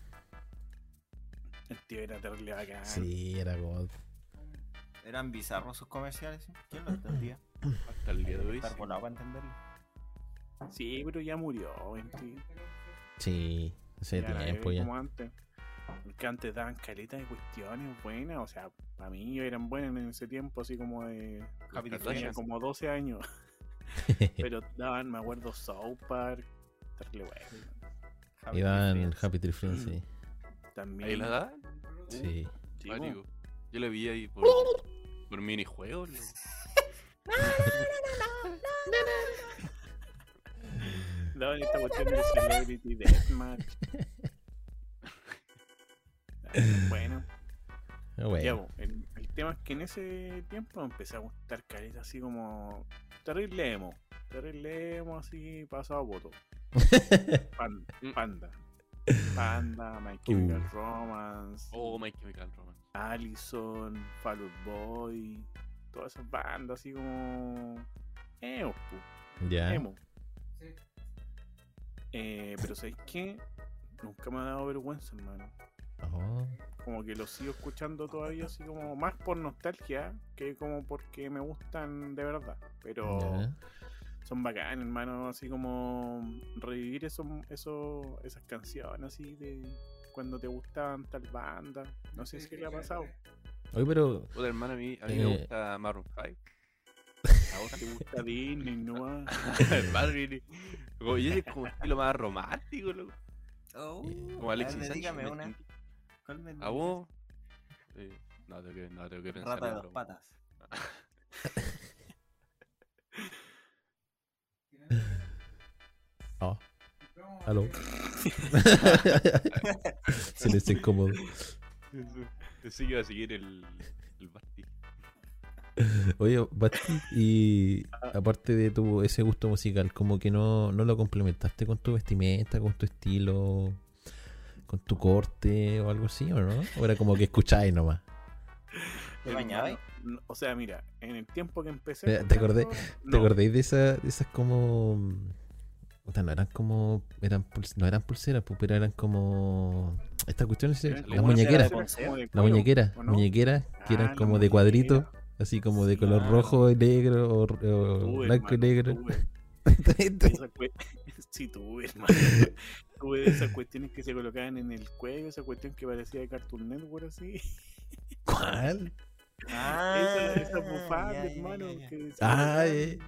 [SPEAKER 4] el tío era terrible bacán.
[SPEAKER 3] Sí, era God.
[SPEAKER 2] Eran bizarros sus comerciales. ¿sí? ¿Quién lo entendía?
[SPEAKER 1] Hasta el día de hoy.
[SPEAKER 2] Estar
[SPEAKER 1] sí.
[SPEAKER 2] volado para entenderlo.
[SPEAKER 4] Sí, pero ya murió MTV.
[SPEAKER 3] Sí, hace
[SPEAKER 4] Ya la
[SPEAKER 3] tiempo
[SPEAKER 4] vi
[SPEAKER 3] ya.
[SPEAKER 4] Como antes. Porque antes daban caleta de cuestiones buenas, o sea, para mí eran buenas en ese tiempo, así como de.
[SPEAKER 2] Happy
[SPEAKER 1] Las
[SPEAKER 4] tenía
[SPEAKER 1] Kardashian.
[SPEAKER 4] como 12 años. Pero daban, me acuerdo, South Park, terrible bueno.
[SPEAKER 2] Happy
[SPEAKER 3] Y dan
[SPEAKER 2] Friends.
[SPEAKER 3] Happy Tree Friends, sí.
[SPEAKER 4] Mm. También.
[SPEAKER 1] ¿Ahí la da?
[SPEAKER 3] Sí.
[SPEAKER 4] Sí,
[SPEAKER 1] Ah,
[SPEAKER 4] po.
[SPEAKER 1] digo, Yo la vi ahí por, por minijuegos. loco.
[SPEAKER 4] Daban esta cuestión de Celebrity Deathmatch. Ah, bueno,
[SPEAKER 3] Ah, Bueno.
[SPEAKER 4] ya, po, el, el tema es que en ese tiempo empecé a gustar caleta así como terrible emo, terrible emo así pasado a voto. Pan-
[SPEAKER 1] Mm.
[SPEAKER 4] Panda. Panda, My Chemical
[SPEAKER 3] Uh.
[SPEAKER 4] Romance,
[SPEAKER 1] Oh, My Chemical Romance.
[SPEAKER 4] Allison, Fall Out Boy, todas esas bandas así como. Emo, pu,
[SPEAKER 3] ya.
[SPEAKER 4] emo. Eh, pero ¿sabéis qué? Nunca me ha dado vergüenza, hermano.
[SPEAKER 3] Oh,
[SPEAKER 4] Como que lo sigo escuchando todavía, así como más por nostalgia que como porque me gustan de verdad. Pero
[SPEAKER 3] ya.
[SPEAKER 4] son bacán, hermano, así como revivir eso, eso, esas canciones así de cuando te gustaban tal banda. No sé si le ha pasado.
[SPEAKER 3] Oye, pero
[SPEAKER 1] Otra hermana, a mí, a mí me
[SPEAKER 3] Eh.
[SPEAKER 1] gusta Maroon 5. Ahora
[SPEAKER 4] ¿Te gusta Disney, no?
[SPEAKER 1] Hermano, viene- como- y ese es como estilo más romántico, loco.
[SPEAKER 2] Oh,
[SPEAKER 4] Eh,
[SPEAKER 1] Como
[SPEAKER 2] a
[SPEAKER 1] Alexis
[SPEAKER 2] ver,
[SPEAKER 1] Sánchez.
[SPEAKER 2] Dígame
[SPEAKER 1] ¿me
[SPEAKER 2] una.
[SPEAKER 1] entendí?
[SPEAKER 2] ¿Cuál me
[SPEAKER 4] Ah,
[SPEAKER 1] ¿A vos? Eh, no, tengo que, no, tengo que pensar
[SPEAKER 2] Rata de
[SPEAKER 1] en
[SPEAKER 2] dos
[SPEAKER 1] algo.
[SPEAKER 2] patas.
[SPEAKER 3] Ah. Aló. Se les incómodo.
[SPEAKER 1] Pensé que iba a seguir el, el Basti.
[SPEAKER 3] Oye, Basti, y
[SPEAKER 4] Ah.
[SPEAKER 3] aparte de tu ese gusto musical, como que no, no lo complementaste con tu vestimenta, con tu estilo, con tu corte o algo así, ¿o no? O era como que escucháis nomás.
[SPEAKER 2] ¿Te bañabas?
[SPEAKER 4] No, O sea, mira, en el tiempo que empecé.
[SPEAKER 3] Espera, te acordé-
[SPEAKER 4] escuchando,
[SPEAKER 3] ¿Te
[SPEAKER 4] no.
[SPEAKER 3] acordáis de, esa- de esas como... puta, no eran como... Eran pulse- no eran pulseras, pues, pero eran como... Estas cuestiones,
[SPEAKER 4] Eran como
[SPEAKER 3] las
[SPEAKER 4] unas
[SPEAKER 3] muñequeras.
[SPEAKER 4] pulseras como de
[SPEAKER 3] Las
[SPEAKER 4] cuero,
[SPEAKER 3] muñequeras,
[SPEAKER 4] ¿o no?
[SPEAKER 3] muñequeras que
[SPEAKER 4] Ah,
[SPEAKER 3] eran
[SPEAKER 4] las
[SPEAKER 3] como de cuadrito,
[SPEAKER 4] muñequeras.
[SPEAKER 3] así como de
[SPEAKER 4] Sí,
[SPEAKER 3] color
[SPEAKER 2] claro.
[SPEAKER 3] rojo y negro o, o
[SPEAKER 4] Tuve,
[SPEAKER 3] blanco y
[SPEAKER 4] hermano,
[SPEAKER 3] negro.
[SPEAKER 4] tuve. Esa cue- sí, tuve, hermano. Tuve esas cuestiones que se colocaban en el cuello, esa cuestión que parecía de Cartoon Network así.
[SPEAKER 3] ¿Cuál?
[SPEAKER 2] Ah,
[SPEAKER 4] Esa, esa bufanda,
[SPEAKER 2] ya, ya,
[SPEAKER 4] hermano.
[SPEAKER 2] ya, ya.
[SPEAKER 4] que se colocaba.
[SPEAKER 3] Ay, eh.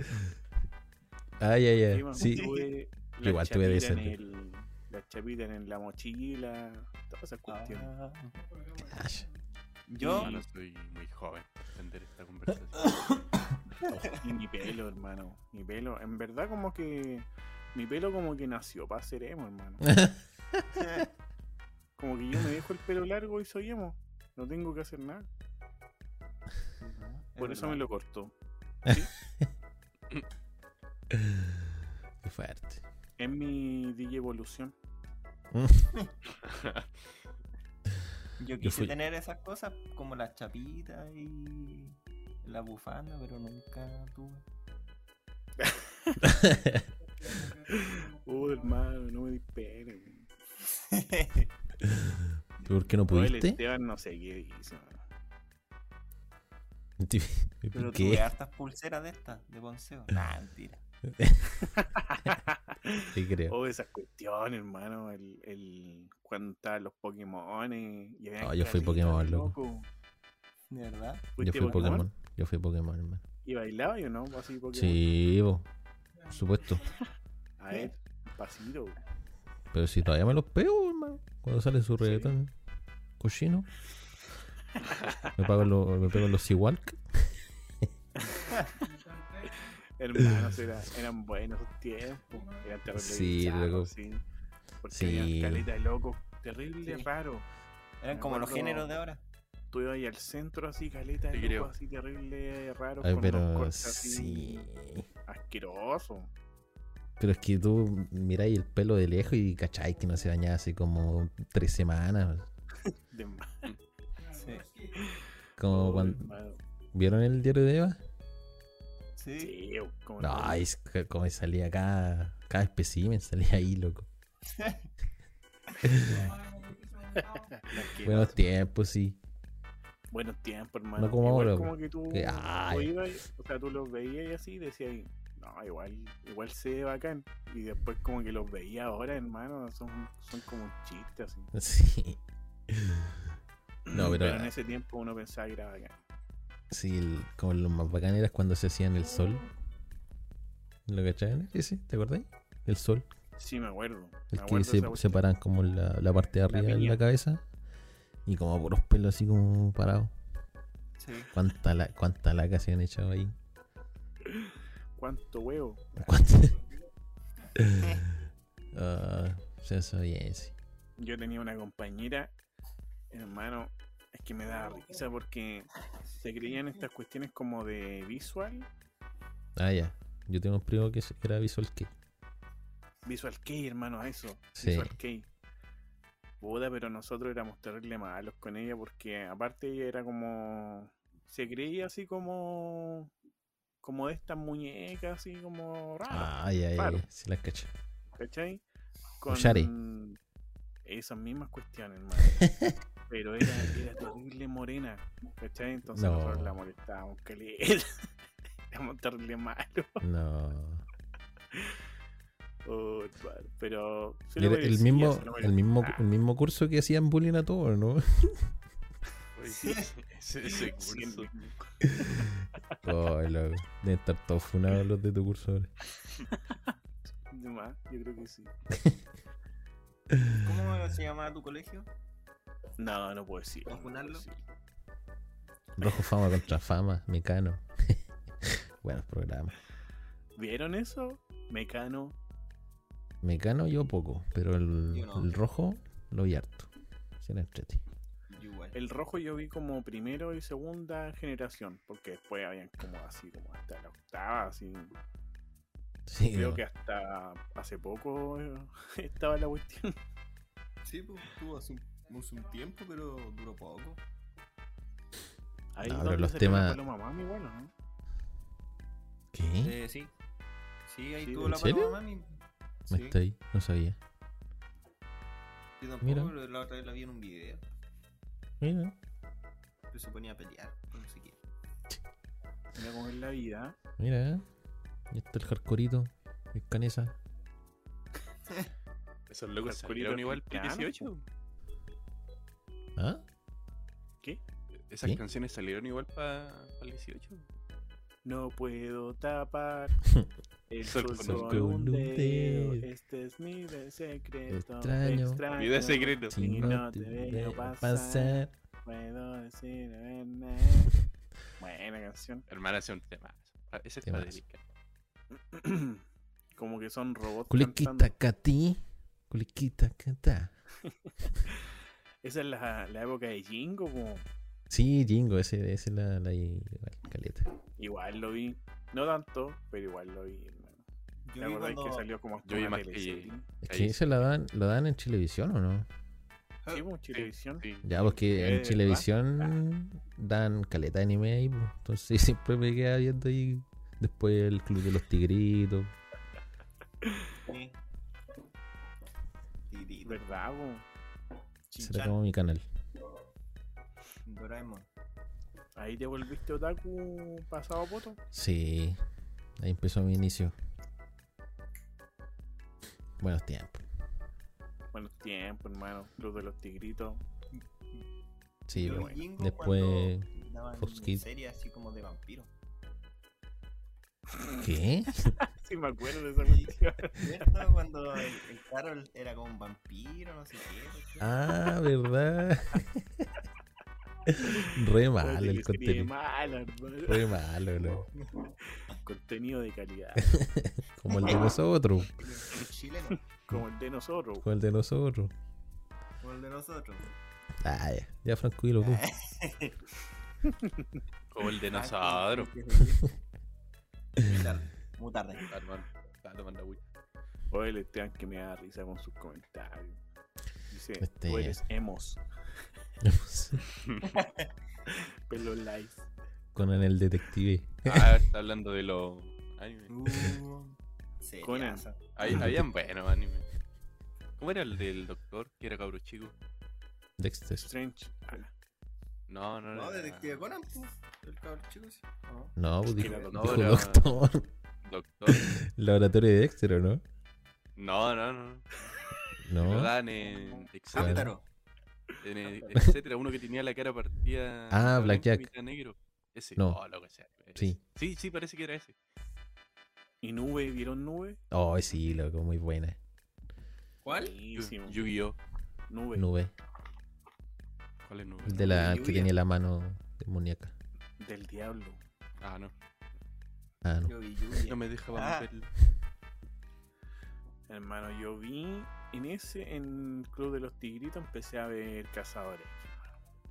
[SPEAKER 3] ay, ay, ay,
[SPEAKER 4] Sí, man,
[SPEAKER 3] sí,
[SPEAKER 4] tuve
[SPEAKER 3] Yo
[SPEAKER 4] la
[SPEAKER 3] igual tuve de
[SPEAKER 4] chapita en
[SPEAKER 3] ese.
[SPEAKER 4] el- La chapita en la mochila, todas esas cuestiones.
[SPEAKER 2] Ah.
[SPEAKER 3] Ash.
[SPEAKER 2] Yo,
[SPEAKER 1] Hermano, Ah, soy muy joven para entender esta conversación.
[SPEAKER 4] Y mi pelo, hermano. Mi pelo. En verdad, como que. Mi pelo, como que nació para ser emo, hermano. Como que yo me dejo el pelo largo y soy emo. No tengo que hacer nada. Por eso me lo corto.
[SPEAKER 3] Qué fuerte.
[SPEAKER 4] Es mi DJ evolución.
[SPEAKER 2] Yo quise
[SPEAKER 3] fui-
[SPEAKER 2] tener esas cosas, como las chapitas y la bufanda, pero nunca tuve.
[SPEAKER 4] Oh, hermano, no me disperes. weón.
[SPEAKER 3] ¿Por qué no
[SPEAKER 4] No, el
[SPEAKER 3] pudiste?
[SPEAKER 4] Esteban no sé qué dice. weón.
[SPEAKER 2] Pero
[SPEAKER 3] ¿Qué?
[SPEAKER 2] tuve hartas pulseras de estas, de ponceo. Nah, mentira.
[SPEAKER 3] Sí, creo.
[SPEAKER 4] Oh, esas cuestiones, hermano. El, el, cuando estaban los Pokémon. Y habían
[SPEAKER 3] No, yo fui
[SPEAKER 4] carritos,
[SPEAKER 3] Pokémon, loco.
[SPEAKER 2] De verdad.
[SPEAKER 3] Yo
[SPEAKER 4] ¿Fuiste
[SPEAKER 3] fui Pokémon. Yo fui Pokémon, hermano.
[SPEAKER 4] ¿Y bailaba yo no? Así Pokémon.
[SPEAKER 3] Sí, po, por supuesto.
[SPEAKER 4] A ver, pasito. weón.
[SPEAKER 3] Pero si todavía me los pego, hermano. Cuando sale su reggaetón cochino. Me, pago lo- me pego los Seawalk.
[SPEAKER 4] Hermanos, era- eran buenos esos tiempos. Eran terribles.
[SPEAKER 3] Sí,
[SPEAKER 4] bizarros,
[SPEAKER 3] loco.
[SPEAKER 4] Sí. Porque
[SPEAKER 3] Sí.
[SPEAKER 4] había caleta de locos. Terrible,
[SPEAKER 2] Sí.
[SPEAKER 4] raro.
[SPEAKER 2] Eran
[SPEAKER 4] Me
[SPEAKER 2] como los
[SPEAKER 4] acuerdo-
[SPEAKER 2] géneros de ahora.
[SPEAKER 4] Tú ibas ahí al centro así, caleta de
[SPEAKER 1] Te
[SPEAKER 4] locos
[SPEAKER 1] creo.
[SPEAKER 4] así terrible, raro.
[SPEAKER 3] Ay,
[SPEAKER 4] con unos
[SPEAKER 3] pero
[SPEAKER 4] cortes así
[SPEAKER 3] sí.
[SPEAKER 4] Asqueroso.
[SPEAKER 3] Pero es que tú miráis el pelo de lejos y cacháis que no se bañaba hace como tres semanas.
[SPEAKER 4] De más,
[SPEAKER 2] Sí.
[SPEAKER 3] Como cuando,
[SPEAKER 4] hermano.
[SPEAKER 3] ¿Vieron el diario de Eva?
[SPEAKER 2] Sí.
[SPEAKER 4] Sí, como
[SPEAKER 3] No, ahí es que como salía cada, cada espécimen, salía ahí, loco. Buenos tiempos, sí.
[SPEAKER 4] Buenos tiempos, hermano.
[SPEAKER 3] No como
[SPEAKER 4] Igual
[SPEAKER 3] ahora,
[SPEAKER 4] como que tú,
[SPEAKER 3] que-
[SPEAKER 4] tú
[SPEAKER 3] ay.
[SPEAKER 4] ibas, o sea, tú los veías y así decías, no, igual, igual se ve bacán. Y después como que los veía ahora, hermano, son, son como un chiste así.
[SPEAKER 3] Sí. No, pero, ah.
[SPEAKER 4] en ese tiempo uno pensaba que era bacán.
[SPEAKER 3] sí, el- como lo más bacán era cuando se hacían el sol. ¿Lo cachaban? Sí, sí, ¿te acordáis? El sol.
[SPEAKER 4] Sí, me acuerdo.
[SPEAKER 3] El
[SPEAKER 4] me
[SPEAKER 3] que
[SPEAKER 4] acuerdo
[SPEAKER 3] se
[SPEAKER 4] esa cuestión.
[SPEAKER 3] separan como la, la parte de
[SPEAKER 4] La
[SPEAKER 3] arriba de
[SPEAKER 4] piña.
[SPEAKER 3] la cabeza. Y como puros pelos así como parados.
[SPEAKER 2] Sí.
[SPEAKER 3] ¿Cuánta, la, cuánta laca se han echado ahí?
[SPEAKER 4] ¿Cuánto huevo?
[SPEAKER 3] ¿Cuánta? Ah, se hizo bien, sí.
[SPEAKER 4] Yo tenía una compañera, hermano, es que me da risa porque se creían estas cuestiones como de visual,
[SPEAKER 3] Ah, ya. Yo tengo un primo que se- que era Visual Kei.
[SPEAKER 4] Visual Kei, hermano, a eso.
[SPEAKER 3] Sí.
[SPEAKER 4] Visual Kei. Puta, pero nosotros éramos terrible malos con ella porque aparte ella era como... Se creía así como... Como de estas muñecas, así como raras,
[SPEAKER 3] Ah, ya, ya,
[SPEAKER 4] claro.
[SPEAKER 3] ya. Sí, las caché.
[SPEAKER 4] ¿cachai? Con
[SPEAKER 3] Ushari.
[SPEAKER 4] esas mismas cuestiones, hermano. Pero era, era terrible morena, ¿cachai? Entonces
[SPEAKER 3] No.
[SPEAKER 4] nosotros la molestábamos, caleta. Éramos terrible malos.
[SPEAKER 3] No.
[SPEAKER 4] Oh, hermano, pero... se lo
[SPEAKER 3] Era el
[SPEAKER 4] merecía,
[SPEAKER 3] mismo,
[SPEAKER 4] se lo
[SPEAKER 3] el mismo,
[SPEAKER 4] merecía.
[SPEAKER 3] el mismo curso que hacían bullying a todos, ¿no?
[SPEAKER 4] Ah,
[SPEAKER 1] Ese, ese curso.
[SPEAKER 3] Ay, loco. Deben estar todos funados los de tu curso ahora.
[SPEAKER 4] De más, yo creo que sí.
[SPEAKER 2] ¿Cómo se llamaba tu colegio?
[SPEAKER 4] No, no puedo decir.
[SPEAKER 2] ¿Puedo funarlo?
[SPEAKER 3] Rojo fama contra fama, mecano. Buenos programas.
[SPEAKER 4] ¿Vieron eso? Mecano.
[SPEAKER 3] Mecano yo poco, pero el,
[SPEAKER 2] Yo no.
[SPEAKER 3] el rojo lo vi harto. Sí, era entrete.
[SPEAKER 2] Yo igual.
[SPEAKER 4] El rojo yo vi como primero y segunda generación, porque después habían como así, como hasta la octava, así.
[SPEAKER 3] Sí,
[SPEAKER 4] Creo
[SPEAKER 3] no.
[SPEAKER 4] que hasta hace poco eh, estaba la cuestión.
[SPEAKER 2] Sí, pues tuvo hace un, hace un tiempo, pero duró poco.
[SPEAKER 4] Ahí
[SPEAKER 3] No,
[SPEAKER 4] es
[SPEAKER 3] pero
[SPEAKER 4] donde
[SPEAKER 3] los
[SPEAKER 4] salió la
[SPEAKER 3] temas-
[SPEAKER 4] Paloma Mami, bueno, ¿no?
[SPEAKER 3] ¿Qué?
[SPEAKER 2] Eh, sí. Sí, ahí
[SPEAKER 4] Sí,
[SPEAKER 2] tuvo
[SPEAKER 4] ¿en
[SPEAKER 2] la
[SPEAKER 3] ¿Mm? serio?
[SPEAKER 2] paloma mami.
[SPEAKER 3] Me
[SPEAKER 2] Sí,
[SPEAKER 3] está ahí, no sabía.
[SPEAKER 2] yo
[SPEAKER 3] Mira.
[SPEAKER 2] tampoco, pero la otra vez la vi en un video.
[SPEAKER 3] Mira.
[SPEAKER 2] Pero se ponía a pelear, no sé qué.
[SPEAKER 4] Mira cómo es la vida.
[SPEAKER 3] Mira, ¿eh? y está el hardcoreito, el canesa.
[SPEAKER 1] Esos locos
[SPEAKER 4] Calculito
[SPEAKER 1] salieron igual por
[SPEAKER 4] cristiano,
[SPEAKER 1] 18.
[SPEAKER 3] ¿Ah?
[SPEAKER 4] ¿Qué?
[SPEAKER 2] pues.
[SPEAKER 1] Esas
[SPEAKER 3] ¿Sí?
[SPEAKER 1] canciones salieron igual para el 18.
[SPEAKER 4] No puedo tapar el
[SPEAKER 1] Sol
[SPEAKER 4] sol
[SPEAKER 1] con
[SPEAKER 4] con
[SPEAKER 1] un
[SPEAKER 4] un dedo.
[SPEAKER 3] dedo.
[SPEAKER 4] Este es mi de- secreto.
[SPEAKER 3] Extraño.
[SPEAKER 2] Ah,
[SPEAKER 1] Mi idea secreto.
[SPEAKER 3] Si
[SPEAKER 4] Y
[SPEAKER 3] no,
[SPEAKER 4] no
[SPEAKER 3] te
[SPEAKER 4] te veo
[SPEAKER 3] veo
[SPEAKER 4] pasar.
[SPEAKER 3] pasar.
[SPEAKER 4] Puedo decir nada. Buena canción.
[SPEAKER 1] Hermana, ese es un tema. Ese está
[SPEAKER 3] Temazo.
[SPEAKER 1] delicado.
[SPEAKER 4] Como que son robots.
[SPEAKER 3] Culiquita
[SPEAKER 4] cantando.
[SPEAKER 3] cati. Culiquita cata.
[SPEAKER 4] Esa es la, la época de Jingo. po.
[SPEAKER 3] Sí, Jingo, ese, ese es la, la igual, caleta.
[SPEAKER 4] Igual lo vi. No tanto, pero igual lo vi. hermano. ¿Te
[SPEAKER 2] Yo vi
[SPEAKER 4] acordás
[SPEAKER 2] cuando...
[SPEAKER 4] que salió como hasta
[SPEAKER 1] Yo vi
[SPEAKER 4] una
[SPEAKER 1] más que-
[SPEAKER 4] teleserie?
[SPEAKER 1] Ahí
[SPEAKER 3] Es que
[SPEAKER 1] sí.
[SPEAKER 3] ese la dan, la dan en televisión o no?
[SPEAKER 4] Sí, pues, Chilevisión.
[SPEAKER 1] Sí.
[SPEAKER 3] Ya, porque en
[SPEAKER 4] Eh,
[SPEAKER 3] televisión dan caleta de anime ahí, pues. Entonces siempre me quedaba viendo ahí. Después el Club de los Tigritos.
[SPEAKER 2] Sí. Tirito,
[SPEAKER 4] ¿Verdad, po?
[SPEAKER 3] Será
[SPEAKER 2] Shin-chan,
[SPEAKER 3] como mi canal.
[SPEAKER 2] Doraemon.
[SPEAKER 4] Ahí te volviste otaku pasado poto.
[SPEAKER 3] Sí. Ahí empezó mi inicio. Buenos tiempos.
[SPEAKER 4] Buenos tiempos, hermano. Club de los tigritos.
[SPEAKER 3] Sí,
[SPEAKER 2] Yo
[SPEAKER 3] pues.
[SPEAKER 2] vi Jingo
[SPEAKER 3] Después,
[SPEAKER 2] cuando daban
[SPEAKER 3] Fox Kids.
[SPEAKER 2] series así como de vampiro.
[SPEAKER 3] ¿Qué?
[SPEAKER 4] Sí, me acuerdo de esa cuestión.
[SPEAKER 2] ¿Cierto? Cuando el, el Carol era como un vampiro, no sé qué. cuestión.
[SPEAKER 3] Ah, ¿verdad? Re
[SPEAKER 4] Una
[SPEAKER 3] malo el
[SPEAKER 4] teleserie
[SPEAKER 3] contenido. Pues
[SPEAKER 4] mala, hermano.
[SPEAKER 3] Re malo, ¿no?
[SPEAKER 4] Contenido de calidad.
[SPEAKER 3] Como el de nosotros.
[SPEAKER 2] El chileno,
[SPEAKER 4] Como el de nosotros.
[SPEAKER 3] Como el de nosotros.
[SPEAKER 2] como el de nosotros.
[SPEAKER 3] Ah, ya, ya Franco y loco.
[SPEAKER 1] Como el de
[SPEAKER 2] Ah, sí,
[SPEAKER 1] Nazaro.
[SPEAKER 2] sí, sí, sí. Muy tarde, muy tarde.
[SPEAKER 1] Hermano, está tomando agüita.
[SPEAKER 4] O el Esteban que me da risa con sus comentarios. Dice,
[SPEAKER 3] Este-
[SPEAKER 4] tú eres emos. Pelo light.
[SPEAKER 3] Conan el detective.
[SPEAKER 1] Ah, está hablando de los animes.
[SPEAKER 2] Uh,
[SPEAKER 4] Conan.
[SPEAKER 2] seriazo.
[SPEAKER 1] Ahí habían buenos animes. ¿Cómo era el del doctor? Que era cabro chico.
[SPEAKER 3] Dexter.
[SPEAKER 4] Strange. Ah,
[SPEAKER 1] No, no,
[SPEAKER 2] No,
[SPEAKER 1] era-
[SPEAKER 2] detective Conan, pues. El cabrón chico, sí. No. Ah,
[SPEAKER 3] No,
[SPEAKER 4] que
[SPEAKER 3] dijo,
[SPEAKER 4] era
[SPEAKER 1] No,
[SPEAKER 3] dijo
[SPEAKER 1] era
[SPEAKER 3] doctor.
[SPEAKER 1] doctor.
[SPEAKER 3] Laboratorio de Dexter, ¿o no?
[SPEAKER 1] No, no, no. Lo
[SPEAKER 3] No.
[SPEAKER 1] dan
[SPEAKER 2] Ah,
[SPEAKER 1] en. Etcétera,
[SPEAKER 2] Áptaro.
[SPEAKER 1] en el- etcétera. Uno que tenía la cara partida.
[SPEAKER 3] Ah,
[SPEAKER 1] blanco,
[SPEAKER 3] Blackjack.
[SPEAKER 1] mitad negro. Ese.
[SPEAKER 3] No.
[SPEAKER 1] Oh, loco, ese. ese.
[SPEAKER 3] Sí.
[SPEAKER 1] Sí, sí, parece que era ese.
[SPEAKER 4] ¿Y nube? ¿Vieron nube?
[SPEAKER 3] Oh, sí, loco, muy buena.
[SPEAKER 2] ¿Cuál?
[SPEAKER 4] Buenísimo.
[SPEAKER 1] Yu-Gi-Oh!
[SPEAKER 4] Nube.
[SPEAKER 3] Nube.
[SPEAKER 1] ¿Cuál es nube?
[SPEAKER 3] El de la que
[SPEAKER 2] Lluvia.
[SPEAKER 3] tenía la mano demoníaca.
[SPEAKER 4] Del diablo.
[SPEAKER 1] Ah, no.
[SPEAKER 3] Ah, no.
[SPEAKER 2] Yo vi Yuya.
[SPEAKER 1] No me dejaba
[SPEAKER 2] Ah.
[SPEAKER 1] meterlo.
[SPEAKER 4] Hermano, yo vi en ese, en Club de los Tigritos, empecé a ver Cazadores.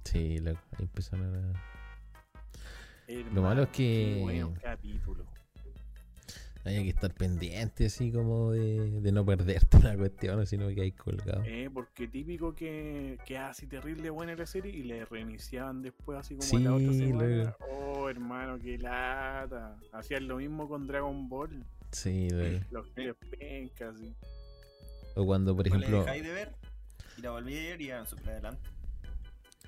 [SPEAKER 3] Sí, loco. Ahí empezaron a.
[SPEAKER 4] Hermano,
[SPEAKER 3] malo es que-
[SPEAKER 4] qué Buen capítulo.
[SPEAKER 3] Hay que estar pendiente, así como de, de no perderte una cuestión, sino que hay colgado.
[SPEAKER 4] Eh, porque típico que, que así terrible buena la serie y le reiniciaban después así como a la otra
[SPEAKER 3] Sí,
[SPEAKER 4] semana. Oh, hermano, qué lata. Hacían lo mismo con Dragon Ball.
[SPEAKER 3] Sí, loco.
[SPEAKER 4] Los tres pencas, así.
[SPEAKER 3] O cuando, por
[SPEAKER 2] Por ejemplo,
[SPEAKER 3] ejemplo,
[SPEAKER 2] dejáis de ver y la volví a ver y ya super adelante.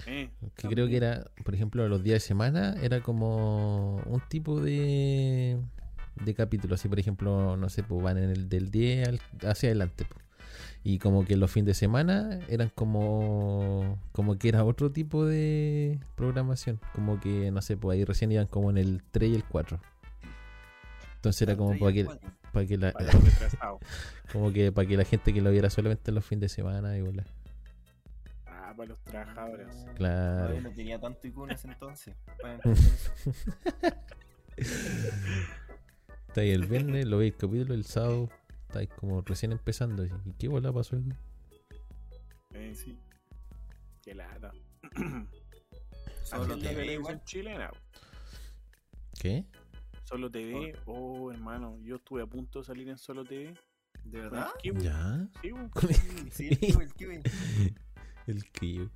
[SPEAKER 4] Eh,
[SPEAKER 3] que creo que era, por ejemplo, los días de semana, era como un tipo de, de capítulo. Así, por ejemplo, no sé, pues van en el del 10 al- hacia adelante. pues. Y como que los fines de semana eran como, como que era otro tipo de programación. Como que, no sé, pues ahí recién iban como en el 3 y el 4. Entonces era como para que, para que la,
[SPEAKER 4] para los retrasados.
[SPEAKER 3] como que para que la gente que lo viera solamente en los fines de semana y bola.
[SPEAKER 4] Ah, para los trabajadores.
[SPEAKER 3] Claro.
[SPEAKER 2] Todavía no tenía tanto iconos entonces. Bueno, entonces,
[SPEAKER 3] Está ahí el viernes, lo veis el capítulo, el sábado está ahí como recién empezando. ¿Y qué bola pasó aquí?
[SPEAKER 4] Eh, sí. Qué lata.
[SPEAKER 2] solo te
[SPEAKER 4] Haciendo
[SPEAKER 2] veía
[SPEAKER 4] televisión
[SPEAKER 2] igual.
[SPEAKER 4] chilena.
[SPEAKER 3] ¿Qué?
[SPEAKER 4] Solo TV, oh hermano, yo estuve a punto de salir en Solo TV.
[SPEAKER 2] ¿De
[SPEAKER 4] con el
[SPEAKER 2] verdad?
[SPEAKER 4] Kiwi.
[SPEAKER 3] ¿Ya?
[SPEAKER 4] pues. Sí, bu.
[SPEAKER 2] Sí, el Kiwi, el Kiwi.
[SPEAKER 3] el que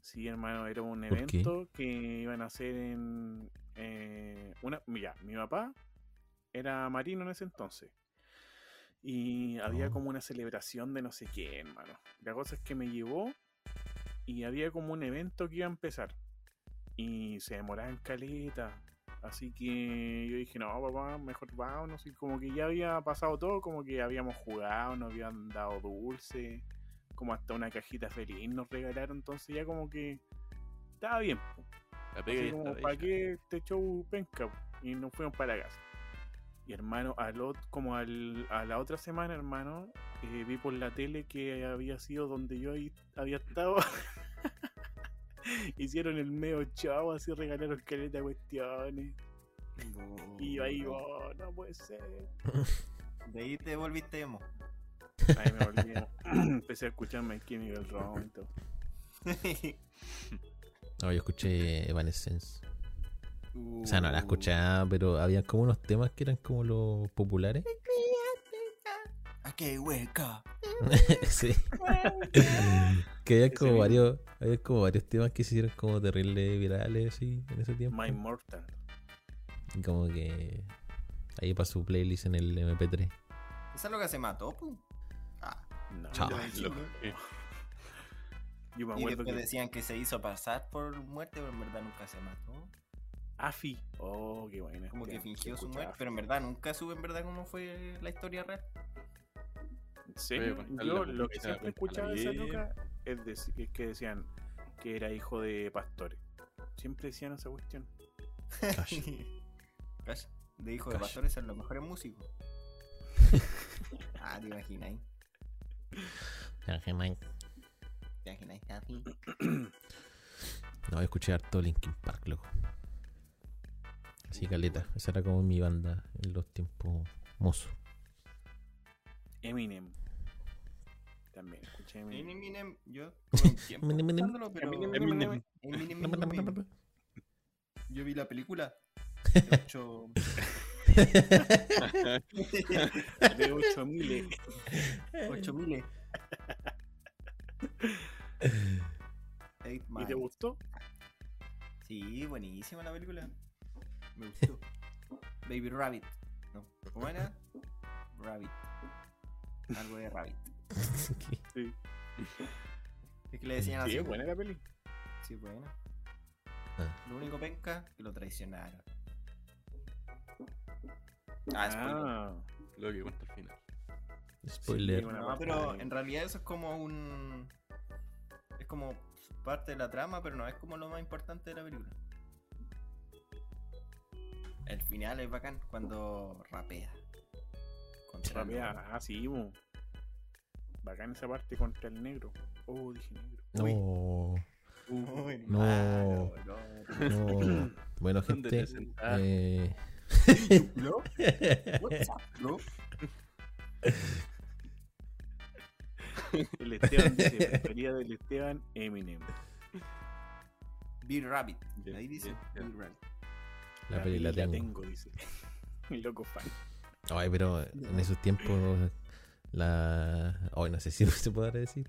[SPEAKER 4] Sí, hermano, era un
[SPEAKER 3] ¿Por qué?
[SPEAKER 4] evento que iban a hacer en eh, una. Mira, mi papá era marino en ese entonces. Y había
[SPEAKER 3] Oh.
[SPEAKER 4] como una celebración de no sé qué, hermano. La cosa es que me llevó y había como un evento que iba a empezar. Y se demoraban caleta. Así que yo dije, no, papá, mejor vámonos. Y como que ya había pasado todo, como que habíamos jugado, nos habían dado dulce, como hasta una cajita feliz nos regalaron. Entonces ya como que estaba bien. po.
[SPEAKER 1] La pega y
[SPEAKER 4] Así
[SPEAKER 1] está
[SPEAKER 4] como,
[SPEAKER 1] bella.
[SPEAKER 4] ¿para qué este show penca? po? Y nos fuimos para la casa. Y hermano, al ot- como al- a la otra semana, hermano, eh, vi por la tele que había sido donde yo ahí había estado. Hicieron el medio chavo, así regalaron caleta de cuestiones. Y yo ahí, oh, no puede ser.
[SPEAKER 2] De ahí te volviste emo.
[SPEAKER 4] Ahí me volví. Empecé a escucharme My Chemical Romance.
[SPEAKER 3] No, yo escuché Evanescence.
[SPEAKER 2] Uh,
[SPEAKER 3] O sea, no la escuchaba, pero había como unos temas que eran como los populares.
[SPEAKER 2] I Ah, ¡Qué hueca!
[SPEAKER 3] sí. que había
[SPEAKER 4] Ese
[SPEAKER 3] como,
[SPEAKER 4] mismo.
[SPEAKER 3] varios, había como varios temas que se hicieron como terribles virales así en ese tiempo.
[SPEAKER 4] My Mortal.
[SPEAKER 3] Y como que ahí para su playlist en el MP3.
[SPEAKER 2] Esa loca se mató, pu. Ah,
[SPEAKER 4] No,
[SPEAKER 3] Chao.
[SPEAKER 2] yo
[SPEAKER 4] yo-
[SPEAKER 2] me
[SPEAKER 1] loco.
[SPEAKER 2] chingo.
[SPEAKER 4] Yo
[SPEAKER 2] Y
[SPEAKER 4] me acuerdo
[SPEAKER 2] después
[SPEAKER 4] que
[SPEAKER 2] decían que se hizo pasar por muerte, pero en verdad nunca se mató.
[SPEAKER 4] Afi. Oh, qué buena.
[SPEAKER 2] Como que
[SPEAKER 4] Te-
[SPEAKER 2] fingió su
[SPEAKER 4] escuchaba
[SPEAKER 2] muerte,
[SPEAKER 4] Afi.
[SPEAKER 2] pero en verdad nunca supe en verdad cómo fue la historia real.
[SPEAKER 4] ¿En serio?
[SPEAKER 1] Oye, contarle la
[SPEAKER 4] Yo lo
[SPEAKER 1] música,
[SPEAKER 4] que siempre
[SPEAKER 1] contarla
[SPEAKER 4] escuchaba de esa
[SPEAKER 1] bien.
[SPEAKER 4] loca es, deci- es que decían que era hijo de pastores. Siempre decían esa cuestión.
[SPEAKER 3] Cash.
[SPEAKER 2] Cash. De hijo de
[SPEAKER 3] Cash.
[SPEAKER 2] pastores son los mejores músicos. ah, te imagináis.
[SPEAKER 3] Ángel Mike.
[SPEAKER 2] Te imagináis, Taffy.
[SPEAKER 3] No, yo escuché harto Linkin Park, loco. Sí, caleta. Esa era como mi banda en los tiempos mozos.
[SPEAKER 4] Eminem. También escuché Eminem.
[SPEAKER 2] Eminem, yo tuve un tiempo
[SPEAKER 3] Eminem, Eminem.
[SPEAKER 2] escuchándolo, pero-
[SPEAKER 4] Eminem,
[SPEAKER 1] Eminem.
[SPEAKER 2] Eminem, Eminem. Yo vi la película. Ocho-
[SPEAKER 4] De 8000.
[SPEAKER 2] ocho miles. Eight
[SPEAKER 4] ¿Y te
[SPEAKER 2] Mile.
[SPEAKER 4] gustó?
[SPEAKER 2] Sí, buenísima la película. Me gustó. Baby Rabbit. No. ¿Cómo era? Rabbit. Algo de Rabbit.
[SPEAKER 4] Sí.
[SPEAKER 2] Es que le decían así.
[SPEAKER 4] Sí, es buena la peli.
[SPEAKER 2] Sí, buena.
[SPEAKER 3] Ah.
[SPEAKER 2] Lo único penca que lo traicionaron. Ah, spoiler.
[SPEAKER 4] Ah,
[SPEAKER 1] Lo que cuenta al final.
[SPEAKER 3] Spoiler.
[SPEAKER 4] Sí, bueno.
[SPEAKER 2] No,
[SPEAKER 1] eh.
[SPEAKER 2] pero
[SPEAKER 4] Spoiler.
[SPEAKER 2] en realidad eso es como un. Es como parte de la trama, pero no es como lo más importante de la película. El final es bacán cuando rapea. Contra el negro.
[SPEAKER 4] rapea. Ah, sí, mo. Bacán esa parte contra el negro. Oh, dije negro.
[SPEAKER 3] No.
[SPEAKER 2] Uy,
[SPEAKER 3] No.
[SPEAKER 2] hermano, no.
[SPEAKER 3] No. Bueno,
[SPEAKER 1] ¿Dónde
[SPEAKER 3] gente.
[SPEAKER 1] te sentás?
[SPEAKER 3] eh,
[SPEAKER 2] ¿Bro? What's up, bro?
[SPEAKER 4] El Esteban dice, teoría del Esteban, Eminem.
[SPEAKER 2] Be Rabbit.
[SPEAKER 1] Bien,
[SPEAKER 2] Ahí dice
[SPEAKER 1] bien, bien.
[SPEAKER 2] Be Rabbit.
[SPEAKER 3] la peli la tengo.
[SPEAKER 4] dice. Loco fan.
[SPEAKER 3] Ay, pero en esos tiempos la... Ay, no sé si se podrá decir.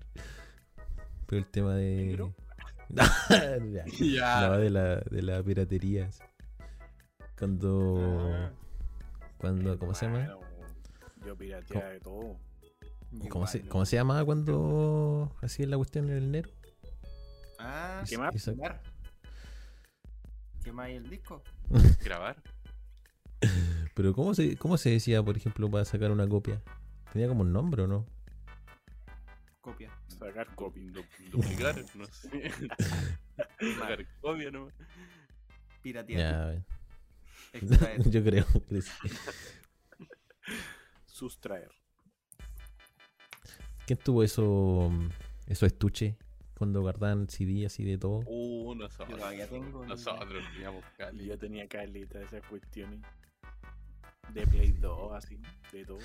[SPEAKER 3] Pero el tema de...
[SPEAKER 4] ¿Negro?
[SPEAKER 3] Ya.
[SPEAKER 1] Ya.
[SPEAKER 3] No, de la, de la piratería. sí. Cuando... cuando ¿Cómo se llama?
[SPEAKER 4] Hermano, Yo pirateaba de todo.
[SPEAKER 3] ¿Cómo
[SPEAKER 2] Igual,
[SPEAKER 3] se,
[SPEAKER 2] ¿no?
[SPEAKER 3] ¿Cómo se llamaba cuando hacía la cuestión en el Nero?
[SPEAKER 2] Ah,
[SPEAKER 4] ¿Qué más?
[SPEAKER 3] Esa-
[SPEAKER 2] quemar. Quemar el disco.
[SPEAKER 1] Grabar.
[SPEAKER 3] Pero ¿cómo se, ¿cómo se decía, por ejemplo, para sacar una copia? ¿Tenía como un nombre o no?
[SPEAKER 2] Copia.
[SPEAKER 4] Sacar copy.
[SPEAKER 1] du- duplicar, no sé. Sacar copia nomás.
[SPEAKER 2] Piratear.
[SPEAKER 3] Ya,
[SPEAKER 2] Extraer.
[SPEAKER 3] yo creo que sí.
[SPEAKER 4] Sustraer.
[SPEAKER 3] ¿Quién tuvo eso, esos estuches cuando guardaban CD así de todo?
[SPEAKER 1] Uh,
[SPEAKER 2] Yo
[SPEAKER 1] nosotros.
[SPEAKER 2] todavía tengo.
[SPEAKER 1] Nosotros teníamos
[SPEAKER 4] Y
[SPEAKER 1] Cali.
[SPEAKER 4] Yo tenía caleta de esas cuestiones. De Play 2, así. De todo.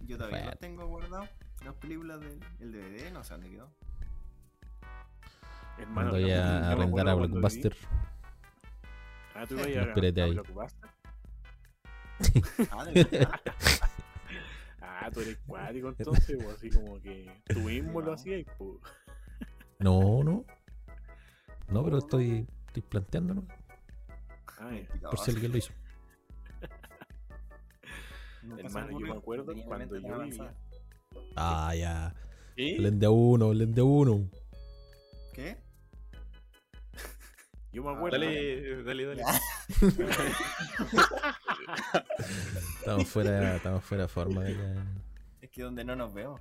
[SPEAKER 2] Yo todavía
[SPEAKER 3] Bueno.
[SPEAKER 2] los tengo guardados. Las películas del el DVD, no sé dónde quedó.
[SPEAKER 4] Hermano,
[SPEAKER 3] Cuando
[SPEAKER 4] yo
[SPEAKER 3] voy
[SPEAKER 4] me
[SPEAKER 3] a arrendar
[SPEAKER 4] acuerdo
[SPEAKER 3] a
[SPEAKER 4] cuando viví-
[SPEAKER 3] Blockbuster.
[SPEAKER 4] Ah, tú ibas
[SPEAKER 3] No,
[SPEAKER 4] a,
[SPEAKER 3] espérate
[SPEAKER 4] a
[SPEAKER 3] ahí.
[SPEAKER 4] Blockbuster.
[SPEAKER 2] Ah, de verdad.
[SPEAKER 4] Ah, tú eres cuático entonces, o así como que tú mismo lo
[SPEAKER 2] No.
[SPEAKER 4] hacías, po.
[SPEAKER 3] No, no. No, pero estoy, estoy planteándolo
[SPEAKER 4] Ah, ya.
[SPEAKER 3] por si alguien lo hizo.
[SPEAKER 2] Nunca se
[SPEAKER 4] Hermano, yo me
[SPEAKER 2] ocurrió.
[SPEAKER 4] acuerdo
[SPEAKER 2] Tenía la
[SPEAKER 4] cuando
[SPEAKER 2] mente
[SPEAKER 4] yo
[SPEAKER 2] tan
[SPEAKER 4] vivía.
[SPEAKER 2] avanzada.
[SPEAKER 3] Ah, ya.
[SPEAKER 1] ¿Eh?
[SPEAKER 3] Hablen de a uno, hablen de a uno.
[SPEAKER 2] ¿Qué?
[SPEAKER 4] Yo me
[SPEAKER 2] Ah,
[SPEAKER 4] acuerdo.
[SPEAKER 1] Dale, dale, dale.
[SPEAKER 4] Ah.
[SPEAKER 3] Estamos fuera, estamos fuera de forma. ya.
[SPEAKER 2] Es que donde no nos vemos.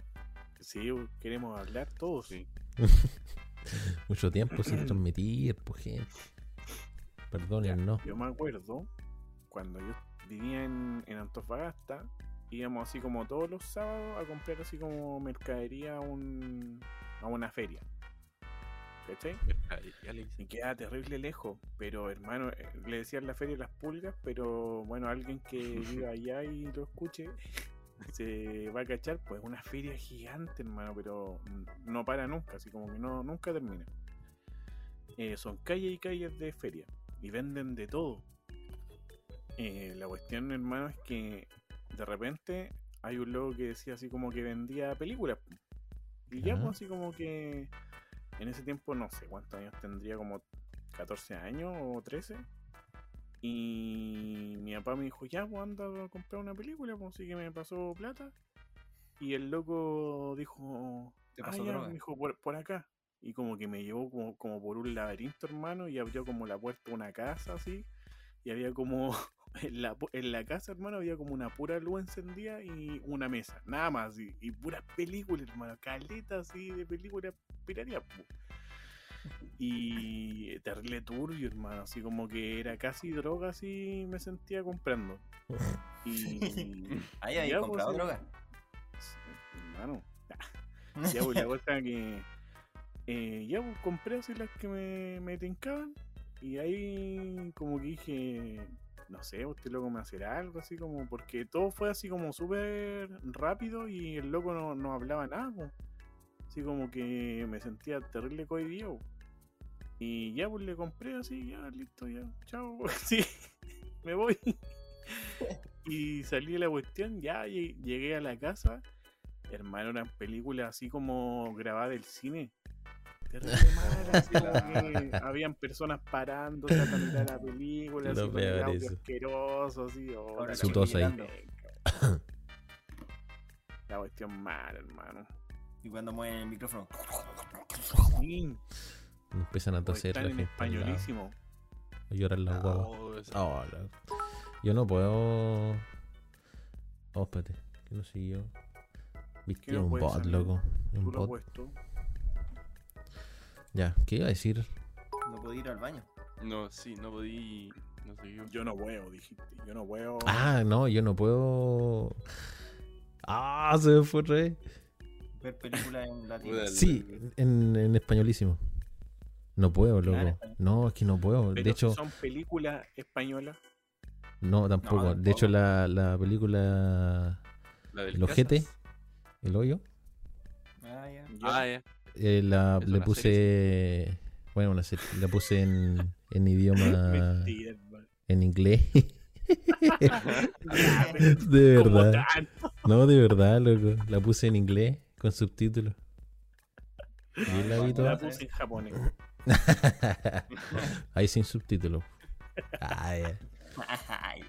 [SPEAKER 4] Sí, queremos hablar todos.
[SPEAKER 1] Sí.
[SPEAKER 3] Mucho tiempo sin transmitir, pues gente. Perdonen, no.
[SPEAKER 4] Yo me acuerdo cuando yo vivía en, en Antofagasta, íbamos así como todos los sábados a comprar así como mercadería a, un- a una feria. ¿Cachai?
[SPEAKER 1] Ya le hice.
[SPEAKER 4] Y queda terrible lejos, pero hermano, eh, le decían la feria de las pulgas, pero bueno, alguien que viva allá y lo escuche se va a cachar, pues una feria gigante, hermano, pero mm, no para nunca, así como que no nunca termina. Eh, son calles y calles de feria y venden de todo. Eh, la cuestión, hermano, es que de repente hay un logo que decía así como que vendía películas. po. Y ya,
[SPEAKER 3] Ya.
[SPEAKER 4] pues, así como que en ese tiempo, no sé cuántos años tendría, como 14 años o 13. Y mi papá me dijo, ya, pues anda a comprar una película, pues así que me pasó plata. Y el loco dijo,
[SPEAKER 2] Te
[SPEAKER 4] "Ah,
[SPEAKER 2] pasó
[SPEAKER 4] ya",
[SPEAKER 2] droga.
[SPEAKER 4] me dijo, por, por acá. Y como que me llevó como, como por un laberinto, hermano, y abrió como la puerta de una casa, así. Y había como, en la, pu- en la casa, hermano, había como una pura luz encendida y una mesa, nada más, y, y puras películas, hermano, caletas así de películas pirateadas. po. Y eh, terrible turbio, hermano, así como que era casi droga, así me sentía comprando. Y,
[SPEAKER 2] Ahí habéis
[SPEAKER 4] Ya, pues,
[SPEAKER 2] comprado
[SPEAKER 4] sí.
[SPEAKER 2] droga.
[SPEAKER 4] hermano, ya, pues, la cosa que. eh, ya, pues, compré así las que me, me tincaban. Y ahí, como que dije. No sé, este loco me hacerá algo así como. Porque todo fue así como súper rápido y el loco no, no hablaba nada, pues. Así como que me sentía terrible cohibido. Y ya, pues le compré así, ya, listo, ya, chao. Sí, me voy. Y salí de la cuestión, ya lle- llegué a la casa Hermano, eran películas así como grabadas del cine. Terrible mala, así como que habían personas parándose a la mitad de la película, así
[SPEAKER 3] Lo
[SPEAKER 4] con el
[SPEAKER 3] peor
[SPEAKER 4] audio
[SPEAKER 3] eso.
[SPEAKER 4] asqueroso, así. oh,
[SPEAKER 2] Ahora
[SPEAKER 4] la
[SPEAKER 3] Su
[SPEAKER 2] estoy
[SPEAKER 3] tos ahí.
[SPEAKER 2] mirando.
[SPEAKER 4] cuestión- La cuestión mala, hermano.
[SPEAKER 2] Y cuando mueven el micrófono.
[SPEAKER 4] Sí,
[SPEAKER 3] Empiezan a
[SPEAKER 4] o
[SPEAKER 3] toser
[SPEAKER 4] están
[SPEAKER 3] la
[SPEAKER 4] en
[SPEAKER 3] gente. al lado,
[SPEAKER 4] españolísimo.
[SPEAKER 3] a llorar las guaguas.
[SPEAKER 1] Oh, esa-
[SPEAKER 3] Oh, la- Yo no puedo. Oh, espérate. Que no siguió. Viste,
[SPEAKER 4] no
[SPEAKER 3] un
[SPEAKER 4] puedes,
[SPEAKER 3] bot,
[SPEAKER 4] amigo?
[SPEAKER 3] loco. Es Un
[SPEAKER 4] Puro
[SPEAKER 3] bot.
[SPEAKER 4] puesto.
[SPEAKER 3] Ya, ¿qué iba a decir?
[SPEAKER 2] No podía ir al baño.
[SPEAKER 1] No, sí, no podí. No sé qué.
[SPEAKER 4] Yo no veo, dijiste. Yo no veo.
[SPEAKER 3] Ah, no, yo no puedo. Ah, se me fue re.
[SPEAKER 2] Ver películas en latino.
[SPEAKER 1] Puta, El-
[SPEAKER 3] Sí, en, en españolísimo. No puedo,
[SPEAKER 2] Claro,
[SPEAKER 3] loco.
[SPEAKER 2] español.
[SPEAKER 3] No, es que no puedo.
[SPEAKER 4] Pero
[SPEAKER 3] De hecho,
[SPEAKER 4] son películas españolas.
[SPEAKER 3] no, tampoco. De hecho,
[SPEAKER 2] tampoco.
[SPEAKER 3] la, la película
[SPEAKER 1] La del
[SPEAKER 3] ¿El ojete?
[SPEAKER 1] Casas.
[SPEAKER 3] El Hoyo,
[SPEAKER 2] Ah, ya.
[SPEAKER 1] Ah, ya.
[SPEAKER 3] eh, la,
[SPEAKER 1] Es
[SPEAKER 3] le
[SPEAKER 1] una
[SPEAKER 3] puse. Bueno, una serie, la puse en, en idioma.
[SPEAKER 4] Mentira, hermano.
[SPEAKER 3] en inglés.
[SPEAKER 4] Ah, pero
[SPEAKER 3] De
[SPEAKER 4] ¿cómo
[SPEAKER 3] verdad.
[SPEAKER 4] tan?
[SPEAKER 3] No, de verdad, loco. La puse en inglés con subtítulos. Y el hábito.
[SPEAKER 4] La puse en japonés.
[SPEAKER 3] Ahí sin subtítulos. Ah, ya.
[SPEAKER 2] Ay,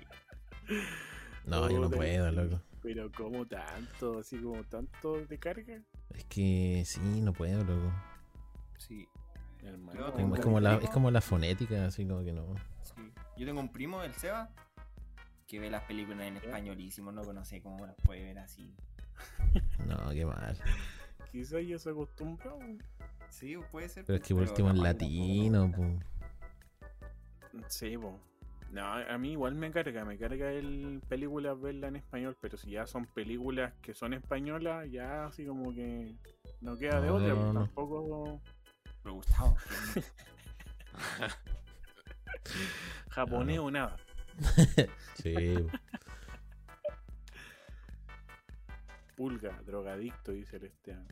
[SPEAKER 3] No, yo no
[SPEAKER 4] Puta,
[SPEAKER 3] puedo,
[SPEAKER 4] sí.
[SPEAKER 3] loco.
[SPEAKER 4] Pero como tanto, así como tanto de carga.
[SPEAKER 3] Es que sí, no puedo, loco.
[SPEAKER 2] sí,
[SPEAKER 4] Hermano,
[SPEAKER 2] tengo-
[SPEAKER 3] Es como la, es como la fonética, así como que no.
[SPEAKER 2] sí. Yo tengo un primo, el Seba, que ve las películas en españolísimo. No conoce cómo las puede ver así.
[SPEAKER 3] No, qué mal.
[SPEAKER 4] quizás ya se acostumbró.
[SPEAKER 2] Sí, puede ser.
[SPEAKER 3] Pero es que por
[SPEAKER 2] pero
[SPEAKER 3] último en
[SPEAKER 2] capaz que tampoco
[SPEAKER 3] latino,
[SPEAKER 2] no.
[SPEAKER 3] po.
[SPEAKER 4] Sí, po. No, a mí igual me carga, me carga el películas verla en español, pero si ya son películas que son españolas, ya así como que no queda de
[SPEAKER 3] No,
[SPEAKER 4] otra,
[SPEAKER 3] no,
[SPEAKER 4] pues,
[SPEAKER 3] no.
[SPEAKER 4] tampoco
[SPEAKER 2] Pero Gustavo,
[SPEAKER 4] japonés
[SPEAKER 3] No,
[SPEAKER 4] o nada.
[SPEAKER 3] Sí, po.
[SPEAKER 4] Pulga, drogadicto, dice el Esteban.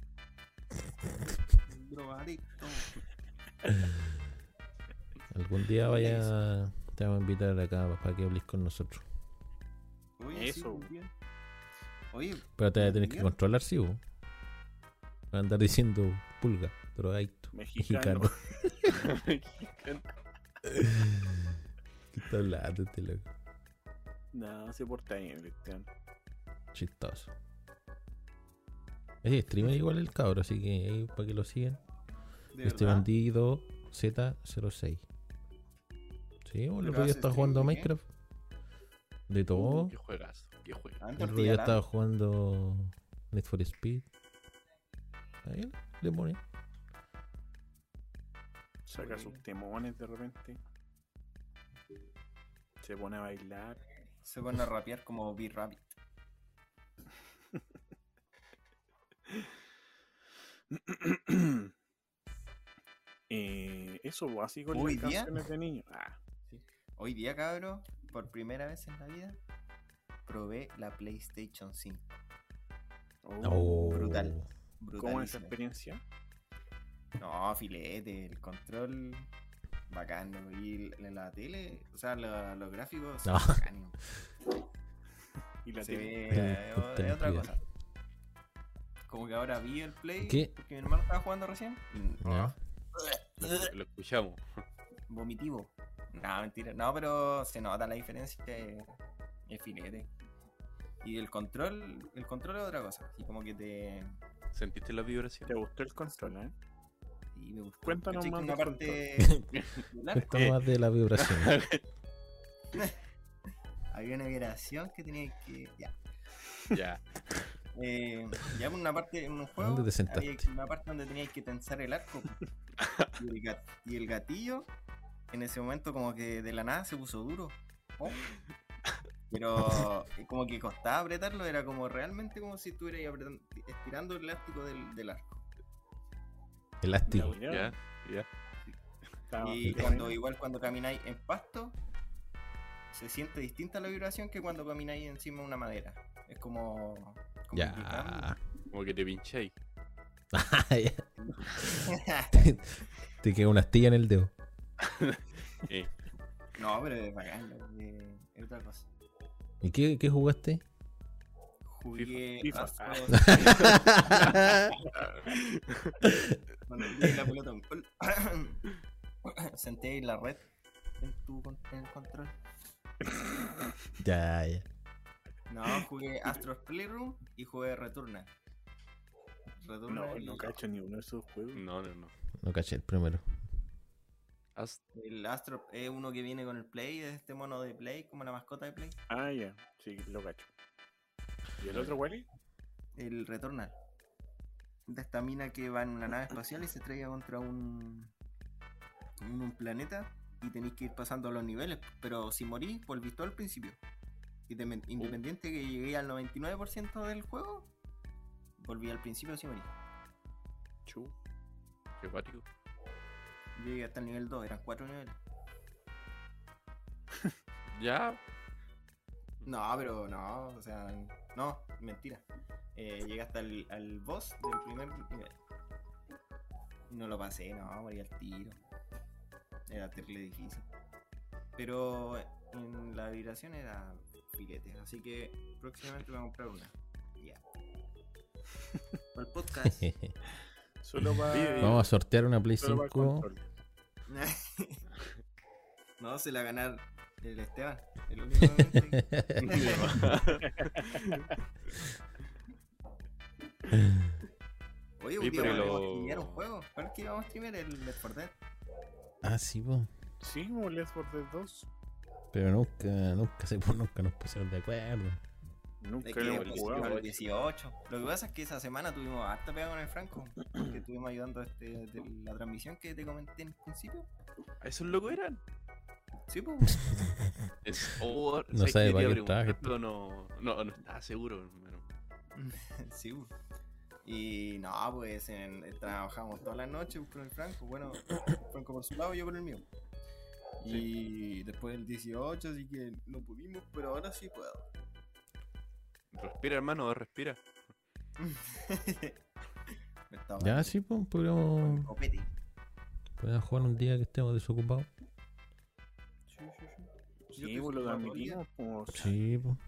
[SPEAKER 2] drogadicto.
[SPEAKER 3] Algún día vaya. Te vamos a invitar acá para que hables con nosotros.
[SPEAKER 2] Oye, sí,
[SPEAKER 4] Eso.
[SPEAKER 2] muy bien. Oye,
[SPEAKER 3] Pero te vas a tener que
[SPEAKER 2] Mierda.
[SPEAKER 3] controlar, sí, vos. Vas a andar diciendo pulga, drogadicto,
[SPEAKER 4] Mexicano.
[SPEAKER 3] mexicano. ¿Qué está hablando este loco?
[SPEAKER 4] No, se porta bien el Esteban.
[SPEAKER 3] Chistoso. Es streamer igual el cabro, así que ahí para que lo sigan.
[SPEAKER 2] de
[SPEAKER 3] Este
[SPEAKER 2] verdad,
[SPEAKER 3] bandido Z06. Sí,
[SPEAKER 2] Pero
[SPEAKER 3] vos, el otro día
[SPEAKER 2] hace
[SPEAKER 3] estaba
[SPEAKER 2] streaming, ¿eh?
[SPEAKER 3] jugando a
[SPEAKER 2] Uh,
[SPEAKER 3] Minecraft. De todo.
[SPEAKER 1] Qué juegas, qué juegas.
[SPEAKER 2] antes
[SPEAKER 3] El otro
[SPEAKER 2] Ortiz
[SPEAKER 3] día
[SPEAKER 2] Arana.
[SPEAKER 3] estaba jugando Need for Speed. Ahí le pone.
[SPEAKER 4] Saca sus temones de repente. Se pone a bailar.
[SPEAKER 2] Se pone a rapear como B-Rabbit.
[SPEAKER 4] Eh, eso, pues, así con
[SPEAKER 2] ¿Hoy
[SPEAKER 4] las
[SPEAKER 2] día?
[SPEAKER 4] canciones de niño. Ah,
[SPEAKER 2] Hoy día, cabro, por primera vez en la vida, probé la PlayStation 5.
[SPEAKER 4] oh,
[SPEAKER 2] brutal.
[SPEAKER 4] ¿Cómo es esa
[SPEAKER 2] Brutalísima.
[SPEAKER 4] experiencia?
[SPEAKER 2] No, filete, el control bacán, loco.
[SPEAKER 3] Ah.
[SPEAKER 2] y la, la tele, o sea, lo- los gráficos son
[SPEAKER 3] No.
[SPEAKER 2] bacanes.
[SPEAKER 4] Y la
[SPEAKER 2] Sí,
[SPEAKER 4] tele.
[SPEAKER 2] eh,
[SPEAKER 3] Puta
[SPEAKER 2] es
[SPEAKER 3] la
[SPEAKER 2] otra
[SPEAKER 3] vida.
[SPEAKER 2] cosa. Como que ahora vi el play
[SPEAKER 3] ¿Qué? Ah.
[SPEAKER 2] porque mi hermano estaba jugando recién. y-
[SPEAKER 3] Ya.
[SPEAKER 1] Lo escuchamos.
[SPEAKER 2] Vomitivo. No, mentira. No, pero se nota la diferencia. eh, Es filete. Y el control, el control es otra cosa. Así como que te.
[SPEAKER 1] ¿Sentiste la vibración?
[SPEAKER 4] ¿Te gustó el control, eh?
[SPEAKER 2] Y me gustó.
[SPEAKER 4] Cuéntanos
[SPEAKER 2] ¿Cachai?
[SPEAKER 4] más
[SPEAKER 2] Que una
[SPEAKER 4] del
[SPEAKER 2] parte. particular,
[SPEAKER 3] Cuenta más de la vibración.
[SPEAKER 2] Había una vibración que tenía que. Ya.
[SPEAKER 1] ya.
[SPEAKER 2] Eh, ya en una parte en un juego.
[SPEAKER 3] ¿Dónde te
[SPEAKER 2] había
[SPEAKER 3] sentaste?
[SPEAKER 2] una parte donde tenías que tensar el arco. y, el gat- y el gatillo, en ese momento, como que de la nada se puso duro. Oh. Pero eh, como que costaba apretarlo, era como realmente como si estuvieras ahí apretando- estirando el elástico del, del arco.
[SPEAKER 3] Elástico.
[SPEAKER 4] Ya,
[SPEAKER 1] Ya, ya.
[SPEAKER 4] Estaba-
[SPEAKER 2] Y
[SPEAKER 4] estaba
[SPEAKER 2] cuando,
[SPEAKER 4] bueno.
[SPEAKER 2] igual cuando camináis en pasto, se siente distinta la vibración que cuando camináis encima de una madera. Es como. como que cambia.
[SPEAKER 3] Ya.
[SPEAKER 1] Como que te pincháis.
[SPEAKER 3] te, te queda una astilla en el dedo.
[SPEAKER 1] Eh,
[SPEAKER 2] no, pero es bacán, eh, es otra cosa.
[SPEAKER 3] ¿Y qué, qué jugaste?
[SPEAKER 2] Jugué
[SPEAKER 4] FIFA. Ah.
[SPEAKER 2] Astros- Cuando llegue la pelota, un gol. Senté ahí la red en tu con- en el control.
[SPEAKER 3] ya, ya.
[SPEAKER 2] No, jugué Astros Playroom y jugué Returnal. Returnal
[SPEAKER 4] No,
[SPEAKER 2] y-
[SPEAKER 4] no cacho ni uno de esos juegos.
[SPEAKER 1] no, no, no.
[SPEAKER 3] No caché el primero.
[SPEAKER 1] Haz-
[SPEAKER 2] el Astro es uno que viene con el Play, es este mono de Play, como la mascota de Play.
[SPEAKER 4] Ah, ya, sí, lo cacho. ¿Y el otro, Wally?
[SPEAKER 2] El Returnal. De esta mina que va en una nave espacial y se estrella contra un, un, un planeta y tenéis que ir pasando los niveles, pero si morís, volviste al principio. Indepen- Independiente que llegué al 99% del juego, volví al principio si morí.
[SPEAKER 4] Chu.
[SPEAKER 1] Qué pático.
[SPEAKER 2] Yo llegué hasta el nivel 2, eran 4 niveles.
[SPEAKER 1] Ya.
[SPEAKER 2] No, pero no, o sea, no, mentira. Eh, llegué hasta el al boss del primer nivel. No lo pasé, no, morí al tiro. Era terrible difícil. Pero en la vibración era filete, así que próximamente voy a comprar una. Ya. Para el podcast.
[SPEAKER 4] Solo para.
[SPEAKER 1] Vive.
[SPEAKER 3] Vamos a sortear una Play
[SPEAKER 4] solo para el
[SPEAKER 3] 5.
[SPEAKER 4] control.
[SPEAKER 2] no, se la va a ganar el Esteban. El único momento que- Oye,
[SPEAKER 1] Sí,
[SPEAKER 2] un
[SPEAKER 1] pero
[SPEAKER 2] día podemos
[SPEAKER 1] lo-
[SPEAKER 2] streamear un juego. ¿Cuál que íbamos a streamear? El Left 4 Dead.
[SPEAKER 3] ah, sí, po.
[SPEAKER 4] Sí, como Left 4 Dead 2.
[SPEAKER 3] Pero nunca, nunca, se, nunca nos pusieron de acuerdo.
[SPEAKER 4] Nunca
[SPEAKER 2] Es que
[SPEAKER 4] lo
[SPEAKER 1] hemos
[SPEAKER 2] después
[SPEAKER 4] he
[SPEAKER 2] se
[SPEAKER 1] jugado,
[SPEAKER 2] llegó
[SPEAKER 1] eh.
[SPEAKER 2] el 18. Lo que pasa es que esa semana tuvimos harta pega con el Franco. Porque estuvimos ayudando este, de la transmisión que te comenté en el principio.
[SPEAKER 1] ¿A esos locos eran?
[SPEAKER 2] Sí, pues.
[SPEAKER 1] Es- oh,
[SPEAKER 3] No
[SPEAKER 1] ¿sabes
[SPEAKER 3] sabe
[SPEAKER 1] qué?
[SPEAKER 3] para
[SPEAKER 1] Te iba a
[SPEAKER 3] qué trabaja
[SPEAKER 1] preguntar,
[SPEAKER 3] este.
[SPEAKER 1] pero no, no, no estaba seguro, hermano.
[SPEAKER 2] sí, pues. Y no, pues en- trabajamos toda la noche con el Franco. Bueno, el Franco por su lado, yo por el mío. Y después el 18, así que no pudimos, pero ahora sí puedo.
[SPEAKER 1] Respira, hermano, respira.
[SPEAKER 2] Me está
[SPEAKER 3] Ya,
[SPEAKER 2] matando
[SPEAKER 3] sí, po.
[SPEAKER 2] con el
[SPEAKER 3] Podríamos,
[SPEAKER 2] copete.
[SPEAKER 3] podríamos jugar un día que estemos desocupados.
[SPEAKER 2] Sí, sí, sí. Yo
[SPEAKER 4] Sí,
[SPEAKER 2] estoy
[SPEAKER 4] pues
[SPEAKER 2] jugando
[SPEAKER 4] lo
[SPEAKER 2] todo el día.
[SPEAKER 4] transmitimos. Pues,
[SPEAKER 3] Sí, po.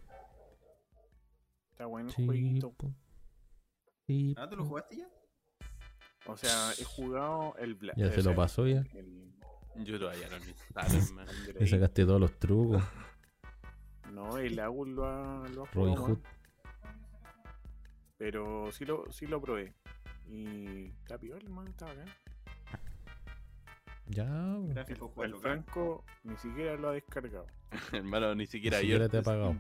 [SPEAKER 4] Está bueno el
[SPEAKER 3] Sí,
[SPEAKER 4] jueguito.
[SPEAKER 3] po. Sí,
[SPEAKER 2] Ah, ¿tú lo
[SPEAKER 3] po.
[SPEAKER 2] jugaste ya?
[SPEAKER 4] O sea, he jugado el Black.
[SPEAKER 3] Ya se lo pasó ya.
[SPEAKER 1] Yo todavía no lo instalo, hermano.
[SPEAKER 3] Le sacaste todos los trucos.
[SPEAKER 4] No, el Agus lo ha, lo ha
[SPEAKER 3] Robin
[SPEAKER 4] jugado.
[SPEAKER 3] Hood.
[SPEAKER 4] más, Pero sí lo, sí lo probé. Y está peor, hermano, está acá.
[SPEAKER 3] Ya, po.
[SPEAKER 2] Gráfico
[SPEAKER 4] El
[SPEAKER 2] 4K.
[SPEAKER 4] Franco ni siquiera lo ha descargado.
[SPEAKER 1] hermano, ni siquiera
[SPEAKER 3] Ni
[SPEAKER 1] ayer.
[SPEAKER 3] siquiera te ha pagado.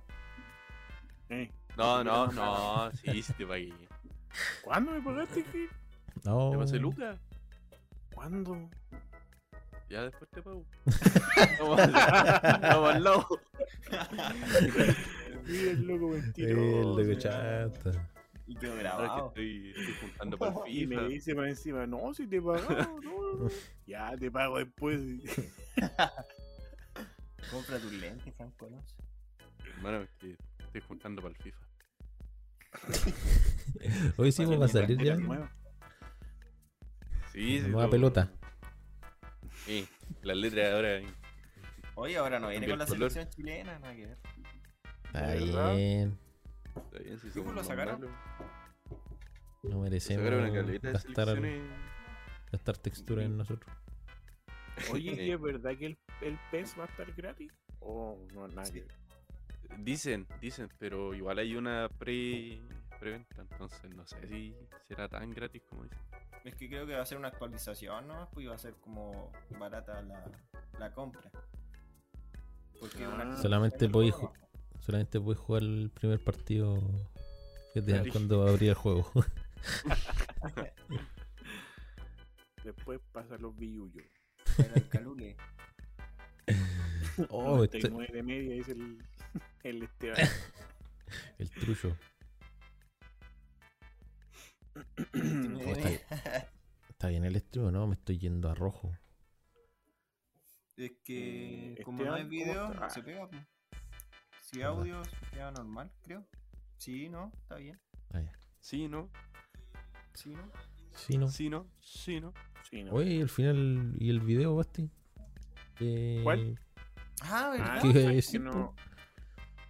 [SPEAKER 4] Eh,
[SPEAKER 1] No, no,
[SPEAKER 4] Ni siquiera
[SPEAKER 1] no, sí, sí te pagué. ¿Te
[SPEAKER 4] ¿Cuándo me pagaste? Gil?
[SPEAKER 3] No.
[SPEAKER 1] pasé Luca?
[SPEAKER 4] ¿Cuándo?
[SPEAKER 1] Ya después te pago. Vamos al- vamos al lado.
[SPEAKER 4] Mira el loco
[SPEAKER 3] El
[SPEAKER 4] mentiroso.
[SPEAKER 3] loco chata.
[SPEAKER 2] Y quedó
[SPEAKER 1] Ahora que
[SPEAKER 2] grabado.
[SPEAKER 1] estoy, estoy juntando para el
[SPEAKER 4] Y me
[SPEAKER 1] FIFA.
[SPEAKER 4] dice para encima, no, si te pagamos, no. Ya te pago después.
[SPEAKER 2] Compra tus lentes, Franco. ¿no?
[SPEAKER 1] Hermano, que estoy juntando para el FIFA.
[SPEAKER 3] Hoy sí vamos a salir ya.
[SPEAKER 4] Bueno,
[SPEAKER 1] Sí, sí.
[SPEAKER 3] Nueva
[SPEAKER 1] lo-
[SPEAKER 3] pelota.
[SPEAKER 1] Sí, la letra ahora. eh.
[SPEAKER 2] Oye, ahora no viene
[SPEAKER 1] Cambia
[SPEAKER 2] con la
[SPEAKER 1] el color.
[SPEAKER 2] selección chilena, no hay que ver.
[SPEAKER 3] Está
[SPEAKER 4] ¿De verdad?
[SPEAKER 3] bien.
[SPEAKER 1] Está bien, si
[SPEAKER 2] Sí, pues,
[SPEAKER 1] somos
[SPEAKER 2] lo
[SPEAKER 1] más
[SPEAKER 2] sacaron.
[SPEAKER 1] malos.
[SPEAKER 3] No merecemos
[SPEAKER 1] Sacaron una caleta de
[SPEAKER 3] gastar,
[SPEAKER 1] selecciones.
[SPEAKER 3] gastar textura en nosotros.
[SPEAKER 4] Oye,
[SPEAKER 1] Sí.
[SPEAKER 4] ¿y es verdad que el, el PES va a estar gratis? Oh, no, nada. que ver.
[SPEAKER 1] Dicen, dicen, pero igual hay una pre preventa, entonces no sé si será tan gratis como dicen.
[SPEAKER 2] Es que creo que va a ser una actualización nomás, pues iba a ser como barata la, la compra. Porque una
[SPEAKER 4] Ah.
[SPEAKER 2] actualización
[SPEAKER 3] Solamente
[SPEAKER 2] del
[SPEAKER 3] podéis
[SPEAKER 2] juego, ¿no?
[SPEAKER 3] Solamente puedes jugar el primer partido que te dan
[SPEAKER 1] Claro.
[SPEAKER 3] cuando abría el juego.
[SPEAKER 4] Después pasan los billullos.
[SPEAKER 2] Pero el calule.
[SPEAKER 3] oh, este-
[SPEAKER 4] 99 de media es el, el Esteban.
[SPEAKER 3] el trullo. Oh, está,
[SPEAKER 2] Eh,
[SPEAKER 3] está bien el stream, o ¿no? Me estoy yendo a rojo.
[SPEAKER 2] es que
[SPEAKER 4] Eh,
[SPEAKER 2] como no
[SPEAKER 4] Esteban,
[SPEAKER 2] es
[SPEAKER 4] ¿cómo
[SPEAKER 2] video,
[SPEAKER 4] está?
[SPEAKER 2] se pega. pues. Si
[SPEAKER 3] ¿Verdad?
[SPEAKER 2] audio, se queda normal, creo. Sí, no, está bien.
[SPEAKER 3] Ah, ya.
[SPEAKER 1] Sí, ¿no?
[SPEAKER 2] Sí, no.
[SPEAKER 3] Sí, ¿no?
[SPEAKER 1] Sí, ¿no? Sí, ¿no?
[SPEAKER 4] Sí, no.
[SPEAKER 3] Oye, ¿y el final y el video, Basti? Eh,
[SPEAKER 4] ¿Cuál?
[SPEAKER 2] Ah,
[SPEAKER 4] Ah,
[SPEAKER 2] ¿verdad?
[SPEAKER 3] ¿Qué
[SPEAKER 4] ¿sabes
[SPEAKER 3] es
[SPEAKER 4] que
[SPEAKER 3] esto?
[SPEAKER 4] no?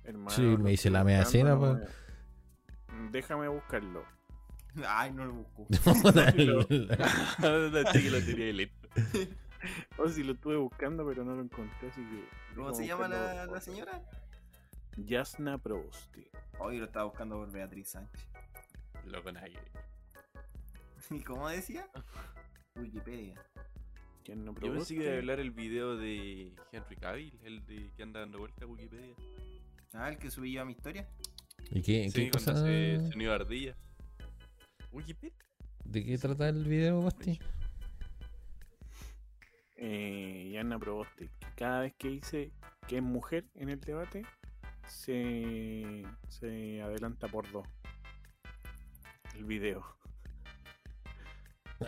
[SPEAKER 4] Hermano,
[SPEAKER 3] Sí, me
[SPEAKER 4] lo
[SPEAKER 3] hice
[SPEAKER 4] estoy
[SPEAKER 3] la media cena,
[SPEAKER 4] buscando, no me- Déjame buscarlo.
[SPEAKER 2] Ay, no lo busco.
[SPEAKER 1] Así que lo tenía listo.
[SPEAKER 4] O si lo estuve buscando, pero no lo encontré, así que.
[SPEAKER 2] ¿Cómo
[SPEAKER 4] déjame
[SPEAKER 2] se llama
[SPEAKER 4] buscarlo,
[SPEAKER 2] la, la
[SPEAKER 4] por favor.
[SPEAKER 2] señora?
[SPEAKER 4] Yasna Probosti.
[SPEAKER 2] Hoy lo estaba buscando por Beatriz Sánchez.
[SPEAKER 1] Loco, nadie.
[SPEAKER 2] ¿Y cómo decía?
[SPEAKER 4] Ah.
[SPEAKER 2] Wikipedia.
[SPEAKER 4] Yasna
[SPEAKER 1] Yo pensé que iba a
[SPEAKER 4] Probosti.
[SPEAKER 1] hablar el video de Henry Cavill, el de que anda dando vuelta a Wikipedia.
[SPEAKER 2] Ah, el que subí yo a mi historia.
[SPEAKER 3] ¿Y qué,
[SPEAKER 1] Sí,
[SPEAKER 3] qué cosa?
[SPEAKER 1] cuando se sonido ardilla. Wikipedia.
[SPEAKER 3] ¿De qué trata el video, Basti?
[SPEAKER 4] eh, Yana Proboste, que cada vez que dice que es mujer en el debate, se, se adelanta por dos. El video.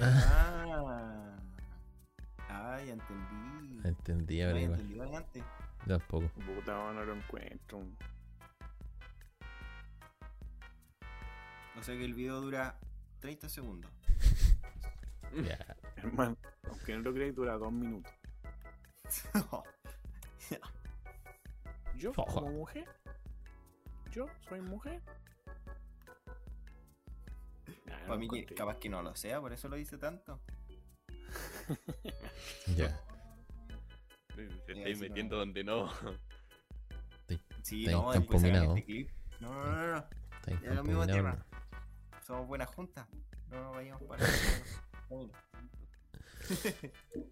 [SPEAKER 2] Ah. Ah, ya entendí.
[SPEAKER 3] Entendí,
[SPEAKER 2] No
[SPEAKER 3] ahora
[SPEAKER 2] había
[SPEAKER 3] igual.
[SPEAKER 2] entendido de antes.
[SPEAKER 3] Tampoco.
[SPEAKER 4] Puta, no lo encuentro.
[SPEAKER 2] O sea que el video dura 30 segundos.
[SPEAKER 3] Ya.
[SPEAKER 4] Hermano, aunque no lo creáis, dura dos minutos.
[SPEAKER 2] Oh,
[SPEAKER 4] Yo,
[SPEAKER 3] Ojo.
[SPEAKER 4] como mujer, yo soy mujer. Ah, no
[SPEAKER 2] Para mí, que-
[SPEAKER 4] encontré.
[SPEAKER 2] capaz que no lo sea, por eso lo dice tanto.
[SPEAKER 3] Ya.
[SPEAKER 1] Se
[SPEAKER 2] así
[SPEAKER 1] estáis
[SPEAKER 2] no.
[SPEAKER 1] metiendo donde no.
[SPEAKER 2] Sí,
[SPEAKER 3] Está en
[SPEAKER 2] no,
[SPEAKER 3] campo
[SPEAKER 2] después sacan
[SPEAKER 3] minado.
[SPEAKER 2] este clip. No, no, no, no.
[SPEAKER 3] Está bien
[SPEAKER 2] Es lo mismo
[SPEAKER 3] contaminado,
[SPEAKER 2] tema. Somos buenas juntas. No nos vayamos Oh, para. Bueno,
[SPEAKER 3] ¿no?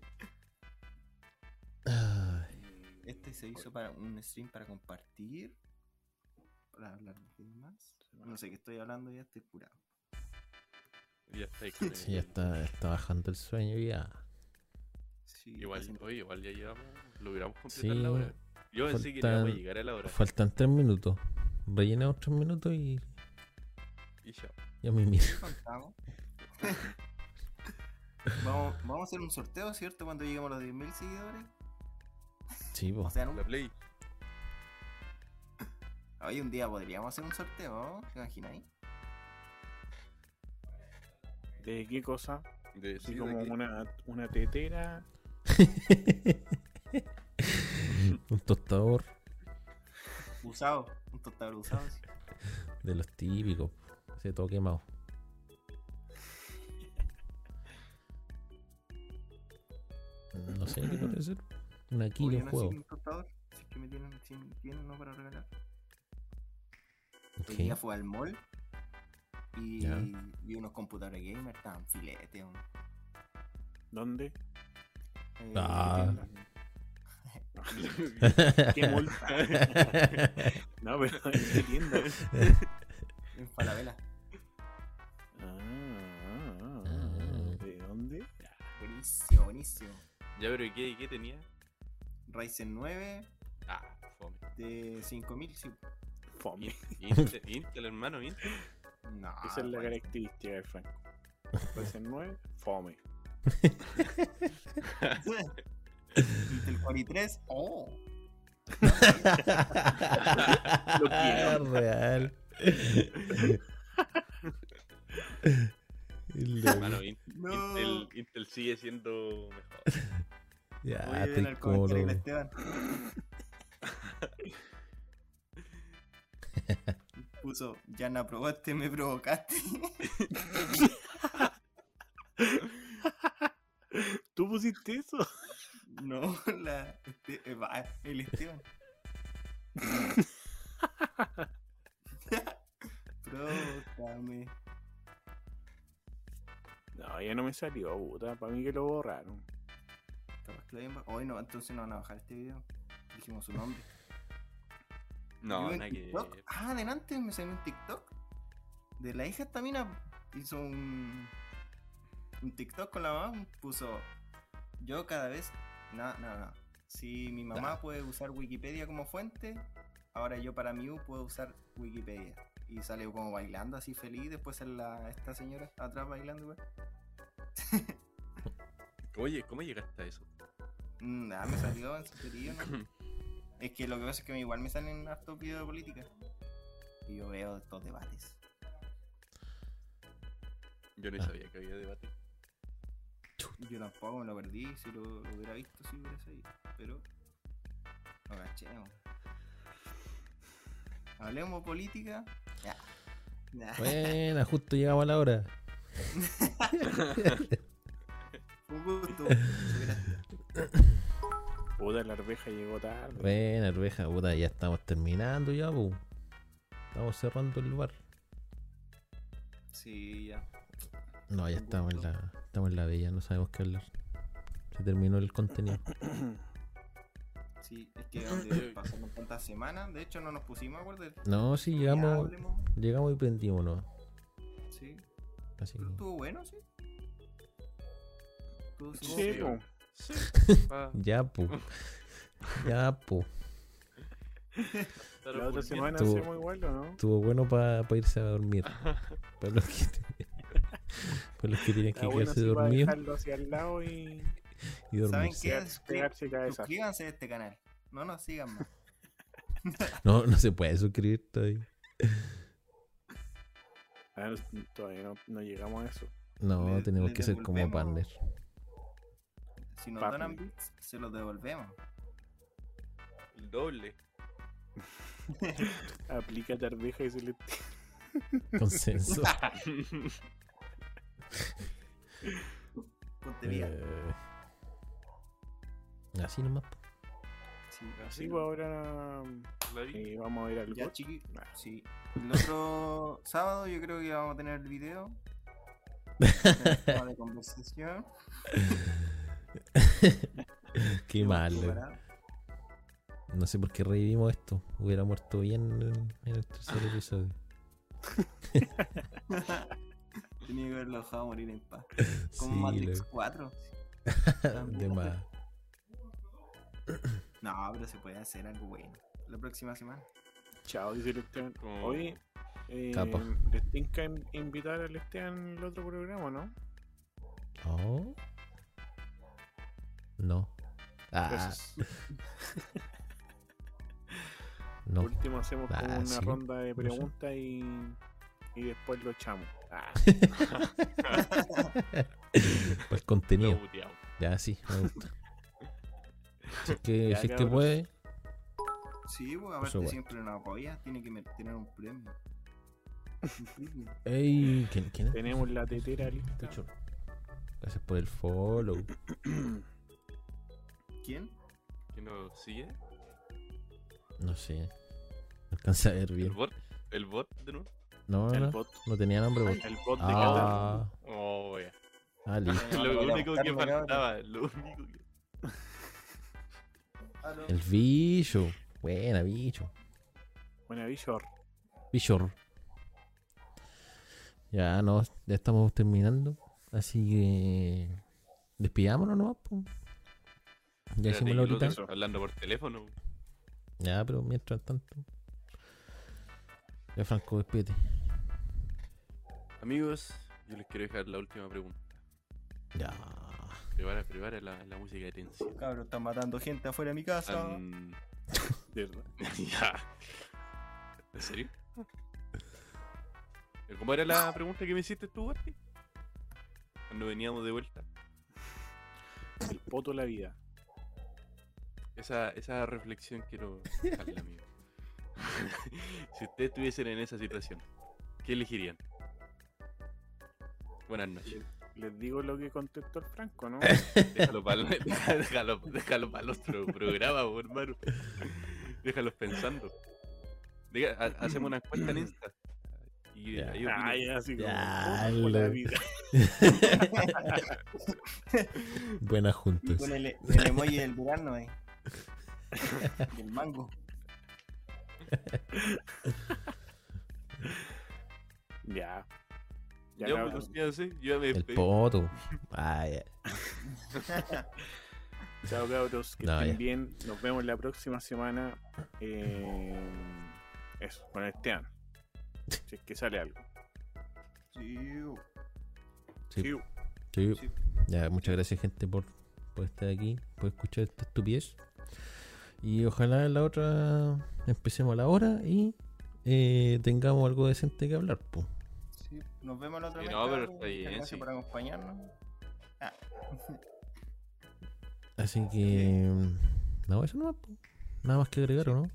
[SPEAKER 3] Ay,
[SPEAKER 2] Este se hizo para un stream para compartir. Para hablar de temas. No sé qué estoy hablando, ya estoy curado.
[SPEAKER 1] Ya estáis con
[SPEAKER 3] sí,
[SPEAKER 1] el-
[SPEAKER 3] ya está, está bajando el sueño ya.
[SPEAKER 2] Sí, está
[SPEAKER 1] Igual,
[SPEAKER 2] haciendo-
[SPEAKER 1] oye, igual ya llegamos. Logramos completar
[SPEAKER 3] Sí.
[SPEAKER 1] la hora. Yo pensé que no íbamos a
[SPEAKER 3] Faltan-
[SPEAKER 1] llegar a la hora.
[SPEAKER 3] Faltan tres minutos. Rellenamos tres minutos y
[SPEAKER 1] Y ya.
[SPEAKER 3] ya me miro.
[SPEAKER 2] contamos. vamos, vamos a hacer un sorteo, ¿cierto? Cuando lleguemos a los 10.000 seguidores.
[SPEAKER 3] Sí, po.
[SPEAKER 2] O sea, en un-
[SPEAKER 1] La play.
[SPEAKER 2] hoy un día podríamos hacer un sorteo, ¿te imagináis?
[SPEAKER 4] ¿De qué cosa?
[SPEAKER 1] De,
[SPEAKER 4] Así
[SPEAKER 1] sí, de
[SPEAKER 4] como
[SPEAKER 1] que-
[SPEAKER 4] una, una tetera.
[SPEAKER 3] Un tostador
[SPEAKER 2] Usado, un total usado. sí.
[SPEAKER 3] de los típicos. Se todo quemado. No sé qué puede ser. Una
[SPEAKER 2] Oye,
[SPEAKER 3] kilo
[SPEAKER 2] no sé
[SPEAKER 3] juego.
[SPEAKER 2] si un tostador, si es que me tienen, si me tienen uno para regalar. Hoy día
[SPEAKER 3] Ok.
[SPEAKER 2] fue al mall y
[SPEAKER 3] Ya.
[SPEAKER 2] vi unos computadores gamer, estaban filetes. weón.
[SPEAKER 4] ¿Dónde?
[SPEAKER 2] Eh,
[SPEAKER 3] Ah.
[SPEAKER 4] ¿Qué multa? no, pero ¿en qué tienda?
[SPEAKER 2] En Falabella.
[SPEAKER 4] Ah, ah,
[SPEAKER 3] Ah.
[SPEAKER 4] ah. ¿De dónde?
[SPEAKER 2] Buenísimo, buenísimo.
[SPEAKER 1] Ya, pero ¿y ¿qué, qué tenía?
[SPEAKER 2] Ryzen 9
[SPEAKER 1] Ah, fome.
[SPEAKER 2] de 5000, sí.
[SPEAKER 4] Fome.
[SPEAKER 1] Intel, Intel, hermano, Intel.
[SPEAKER 2] No,
[SPEAKER 4] Esa es
[SPEAKER 2] Ah,
[SPEAKER 4] la
[SPEAKER 2] bueno.
[SPEAKER 4] característica de Franco. Puede ser 9, fome.
[SPEAKER 2] Intel Core i3, oh.
[SPEAKER 4] Lo quiero.
[SPEAKER 3] Real. Lo-
[SPEAKER 1] Hermano, In-
[SPEAKER 2] No.
[SPEAKER 1] Intel, Intel sigue siendo mejor.
[SPEAKER 3] ya,
[SPEAKER 2] Oye, ven
[SPEAKER 3] estoy
[SPEAKER 2] al
[SPEAKER 3] como
[SPEAKER 2] comentario del
[SPEAKER 3] loco.
[SPEAKER 2] Esteban. puso, ya no aprobaste, me provocaste.
[SPEAKER 4] ¿Tú pusiste eso?
[SPEAKER 2] no, la, este- eh, va, el Esteban. Provócame.
[SPEAKER 4] No, ya no me salió, puta. Para mí que lo borraron.
[SPEAKER 2] Capaz que lo hayan bajado. Hoy no, entonces no van a bajar este video. Dijimos su nombre.
[SPEAKER 1] No,
[SPEAKER 2] Yo en
[SPEAKER 1] nada que
[SPEAKER 2] TikTok- Ah, adelante, me salió un TikTok. De la hija esta mina hizo un. Un TikTok con la mamá. Puso. Yo cada vez. No, no, no. Si mi mamá
[SPEAKER 3] Ah.
[SPEAKER 2] puede usar Wikipedia como fuente, ahora yo para mi U puedo usar Wikipedia. Y sale como bailando así feliz. Después sale la- esta señora atrás bailando, güey.
[SPEAKER 1] Oye, ¿cómo llegaste a eso?
[SPEAKER 2] Mm, ah, me salió en sugerido, ¿no? Es que lo que pasa es que me- igual me salen hartos videos de política. Y yo veo estos debates.
[SPEAKER 1] Yo ni
[SPEAKER 3] Ah.
[SPEAKER 1] sabía que había debate.
[SPEAKER 2] Yo tampoco me lo perdí, si lo, lo hubiera visto, si lo hubiera sabido. Pero. No cachemos. Hablemos política. Ya. Nah,
[SPEAKER 3] Buena, justo llegamos a la hora.
[SPEAKER 2] Un gusto. Gracias.
[SPEAKER 4] Puta, la arveja llegó tarde.
[SPEAKER 3] Buena, oveja, puta, ya estamos terminando ya, po. Estamos cerrando el lugar.
[SPEAKER 2] Sí, ya.
[SPEAKER 3] No, ya
[SPEAKER 2] Un
[SPEAKER 3] estamos en
[SPEAKER 2] gusto.
[SPEAKER 3] la, estamos en la bella, no sabemos qué hablar. Se terminó el contenido.
[SPEAKER 2] Sí, es que donde pasaron tantas semanas. De hecho, no nos pusimos, acuerdo.
[SPEAKER 3] No, sí,
[SPEAKER 2] Ya
[SPEAKER 3] llegamos,
[SPEAKER 2] hablemos.
[SPEAKER 3] llegamos y prendimos, ¿no?
[SPEAKER 2] Sí.
[SPEAKER 3] Así
[SPEAKER 2] Pero
[SPEAKER 3] que...
[SPEAKER 2] estuvo bueno, sí. Estuvo
[SPEAKER 4] Sí, pues,
[SPEAKER 2] sí.
[SPEAKER 1] Sí,
[SPEAKER 4] po.
[SPEAKER 1] Sí. pa-
[SPEAKER 3] Ya, po. Ya, po.
[SPEAKER 1] estar
[SPEAKER 4] La otra
[SPEAKER 1] durmiendo.
[SPEAKER 4] semana
[SPEAKER 3] Tú-
[SPEAKER 4] hacemos igual, ¿o no?
[SPEAKER 3] Estuvo bueno para irse a dormir. Para los que, para los que tienen que
[SPEAKER 4] Está bueno
[SPEAKER 3] quedarse
[SPEAKER 4] así para
[SPEAKER 3] dormidos
[SPEAKER 4] dejarlo hacia el lado y
[SPEAKER 3] y
[SPEAKER 2] ¿Saben
[SPEAKER 3] dormirse.
[SPEAKER 2] qué?
[SPEAKER 4] pegar- pegarse cabeza.
[SPEAKER 2] Suscríbanse a este canal. No nos sigan más.
[SPEAKER 3] No, no se puede suscribir todavía.
[SPEAKER 4] Ah, no, todavía no, no llegamos a eso.
[SPEAKER 3] No,
[SPEAKER 2] Le-
[SPEAKER 3] tenemos
[SPEAKER 2] le
[SPEAKER 3] que ser como
[SPEAKER 2] devolvemos-
[SPEAKER 3] partner.
[SPEAKER 2] Si nos
[SPEAKER 4] Papi.
[SPEAKER 2] donan bits, se los devolvemos.
[SPEAKER 1] El doble.
[SPEAKER 4] Aplícate arveja y se le
[SPEAKER 3] Consenso.
[SPEAKER 2] Ponte bien.
[SPEAKER 3] Eh, así nomás. po.
[SPEAKER 2] Sí,
[SPEAKER 4] Sí, pues ahora
[SPEAKER 1] La vi.
[SPEAKER 4] eh, vamos a ir al
[SPEAKER 2] Ya,
[SPEAKER 4] GOT.
[SPEAKER 2] chiqui.
[SPEAKER 4] Nah.
[SPEAKER 2] Sí. El otro sábado yo creo que vamos a tener el video. Tenemos tema de conversación.
[SPEAKER 3] Qué eh.
[SPEAKER 2] Hemos
[SPEAKER 3] malo.
[SPEAKER 2] preparado.
[SPEAKER 3] No sé por qué revivimos esto. Hubiera muerto bien en, en el tercer
[SPEAKER 4] Ah,
[SPEAKER 3] episodio.
[SPEAKER 2] Tenía que haberlo dejado morir en paz. Como
[SPEAKER 3] Sí,
[SPEAKER 2] Matrix
[SPEAKER 3] loco.
[SPEAKER 2] 4.
[SPEAKER 3] de más.
[SPEAKER 2] No, pero se puede hacer algo bueno. La próxima semana.
[SPEAKER 4] Chao, dice el Esteban.
[SPEAKER 1] Como-
[SPEAKER 4] Oye, eh,
[SPEAKER 3] Capa.
[SPEAKER 4] les tengo que in- invitar al Esteban al otro programa, ¿no?
[SPEAKER 3] Oh. No. Ah,
[SPEAKER 4] Gracias.
[SPEAKER 3] no.
[SPEAKER 4] Por último hacemos
[SPEAKER 3] Ah,
[SPEAKER 4] como una
[SPEAKER 3] sí,
[SPEAKER 4] ronda de
[SPEAKER 3] por eso.
[SPEAKER 4] preguntas y, y después lo echamos. Ah,
[SPEAKER 3] Por el contenido.
[SPEAKER 1] Lo buteado.
[SPEAKER 3] Ya, sí, me gusta. Si es que,
[SPEAKER 4] Ya,
[SPEAKER 3] si es que
[SPEAKER 4] cabros.
[SPEAKER 3] puede,
[SPEAKER 2] Sí, pues aparte
[SPEAKER 3] supuesto.
[SPEAKER 2] siempre nos apoya. Tiene que me- tener un premio. Un premio.
[SPEAKER 3] Ey, ¿quién, quién es?
[SPEAKER 4] tenemos la tetera lista.
[SPEAKER 3] Estoy chulo. Gracias por el follow.
[SPEAKER 2] ¿Quién?
[SPEAKER 1] ¿Quién nos sigue?
[SPEAKER 3] No sé. No alcancé a ver
[SPEAKER 1] ¿El
[SPEAKER 3] bien.
[SPEAKER 1] bot? ¿El bot de nuevo?
[SPEAKER 3] No,
[SPEAKER 4] El
[SPEAKER 3] no.
[SPEAKER 4] bot.
[SPEAKER 3] No tenía nombre. bot.
[SPEAKER 4] El bot de Qatar.
[SPEAKER 3] Ah,
[SPEAKER 1] Oh, wea.
[SPEAKER 3] ah, listo.
[SPEAKER 1] Lo
[SPEAKER 2] Vamos a
[SPEAKER 1] único que
[SPEAKER 2] buscarlo, cabrón.
[SPEAKER 1] faltaba. Lo único que.
[SPEAKER 2] Aló.
[SPEAKER 3] El bicho. Buena, bicho.
[SPEAKER 4] Buena Villor.
[SPEAKER 3] Bichor. Ya, no. Ya estamos terminando. Así que. Despidámonos nomás. po.
[SPEAKER 1] Espérate,
[SPEAKER 3] Ya hicimos
[SPEAKER 1] que
[SPEAKER 3] la
[SPEAKER 1] el
[SPEAKER 3] horita.
[SPEAKER 1] otro está Hablando por teléfono.
[SPEAKER 3] Ya, pero mientras tanto. Ya, Franco, despídete.
[SPEAKER 1] Amigos, yo les quiero dejar la última pregunta.
[SPEAKER 3] Ya.
[SPEAKER 1] Prepara, prepara la, la música de tensión.
[SPEAKER 2] Cabros, están matando gente afuera de mi casa.
[SPEAKER 1] Tan-
[SPEAKER 4] de verdad.
[SPEAKER 1] ya. ¿En serio? ¿Cómo era la pregunta que me hiciste tú, Barty? Cuando veníamos de vuelta.
[SPEAKER 4] El poto la vida.
[SPEAKER 1] Esa, esa reflexión quiero dejarla, amigo. si ustedes estuviesen en esa situación, ¿qué elegirían? Buenas noches.
[SPEAKER 4] Les digo lo que contestó el Franco, ¿no?
[SPEAKER 1] Déjalo para déjalo, déjalo pa'l otro programa, po, hermano. Déjalos pensando. Diga, ha- hacemos una encuesta en Insta. Y
[SPEAKER 3] Ah, Ya.
[SPEAKER 1] ahí opinan.
[SPEAKER 4] Ay, así como.
[SPEAKER 3] Ya,
[SPEAKER 4] "Cosas por la
[SPEAKER 3] lo-
[SPEAKER 4] vida".
[SPEAKER 3] Buenas juntos.
[SPEAKER 2] Con el, el emoji del verano ahí. Del mango.
[SPEAKER 4] Ya.
[SPEAKER 1] Ya,
[SPEAKER 4] Ya, cabrón.
[SPEAKER 1] pues, los míos, sí, yo ya me
[SPEAKER 3] El
[SPEAKER 1] despedí.
[SPEAKER 3] poto. Vaya.
[SPEAKER 4] Chao, cabros. Que
[SPEAKER 3] No,
[SPEAKER 4] estén
[SPEAKER 3] ya.
[SPEAKER 4] bien. Nos vemos la próxima semana. Eh, eso, con Esteban. Si es que sale algo.
[SPEAKER 2] Sí. pues.
[SPEAKER 3] Sí,
[SPEAKER 4] Chiu.
[SPEAKER 3] sí.
[SPEAKER 2] Sí.
[SPEAKER 3] Ya, muchas gracias, gente, por, por estar aquí, por escuchar esta estupidez. Y ojalá en la otra empecemos a la hora y eh, tengamos algo decente que hablar. po.
[SPEAKER 2] Sí, nos vemos la otra
[SPEAKER 1] Sí,
[SPEAKER 2] vez.
[SPEAKER 1] no, pero
[SPEAKER 2] cabrón.
[SPEAKER 1] está bien,
[SPEAKER 2] Muchas Gracias
[SPEAKER 1] sí.
[SPEAKER 2] por acompañarnos.
[SPEAKER 3] Así que. No, eso no Nada más que agregar, ¿o no?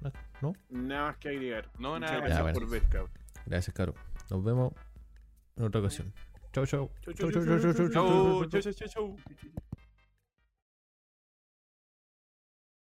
[SPEAKER 3] Na- ¿No?
[SPEAKER 4] Nada más que agregar.
[SPEAKER 1] No,
[SPEAKER 4] Muchas
[SPEAKER 1] nada.
[SPEAKER 4] Gracias
[SPEAKER 3] Ya, bueno.
[SPEAKER 4] por ver, cabrón.
[SPEAKER 3] Gracias, Caro. Nos vemos en otra ocasión. Chau, chau.
[SPEAKER 4] Chau, chau, chau, chau, chau,
[SPEAKER 1] Chau, chau, chau, chau, chau.
[SPEAKER 2] Sí, sí, sí.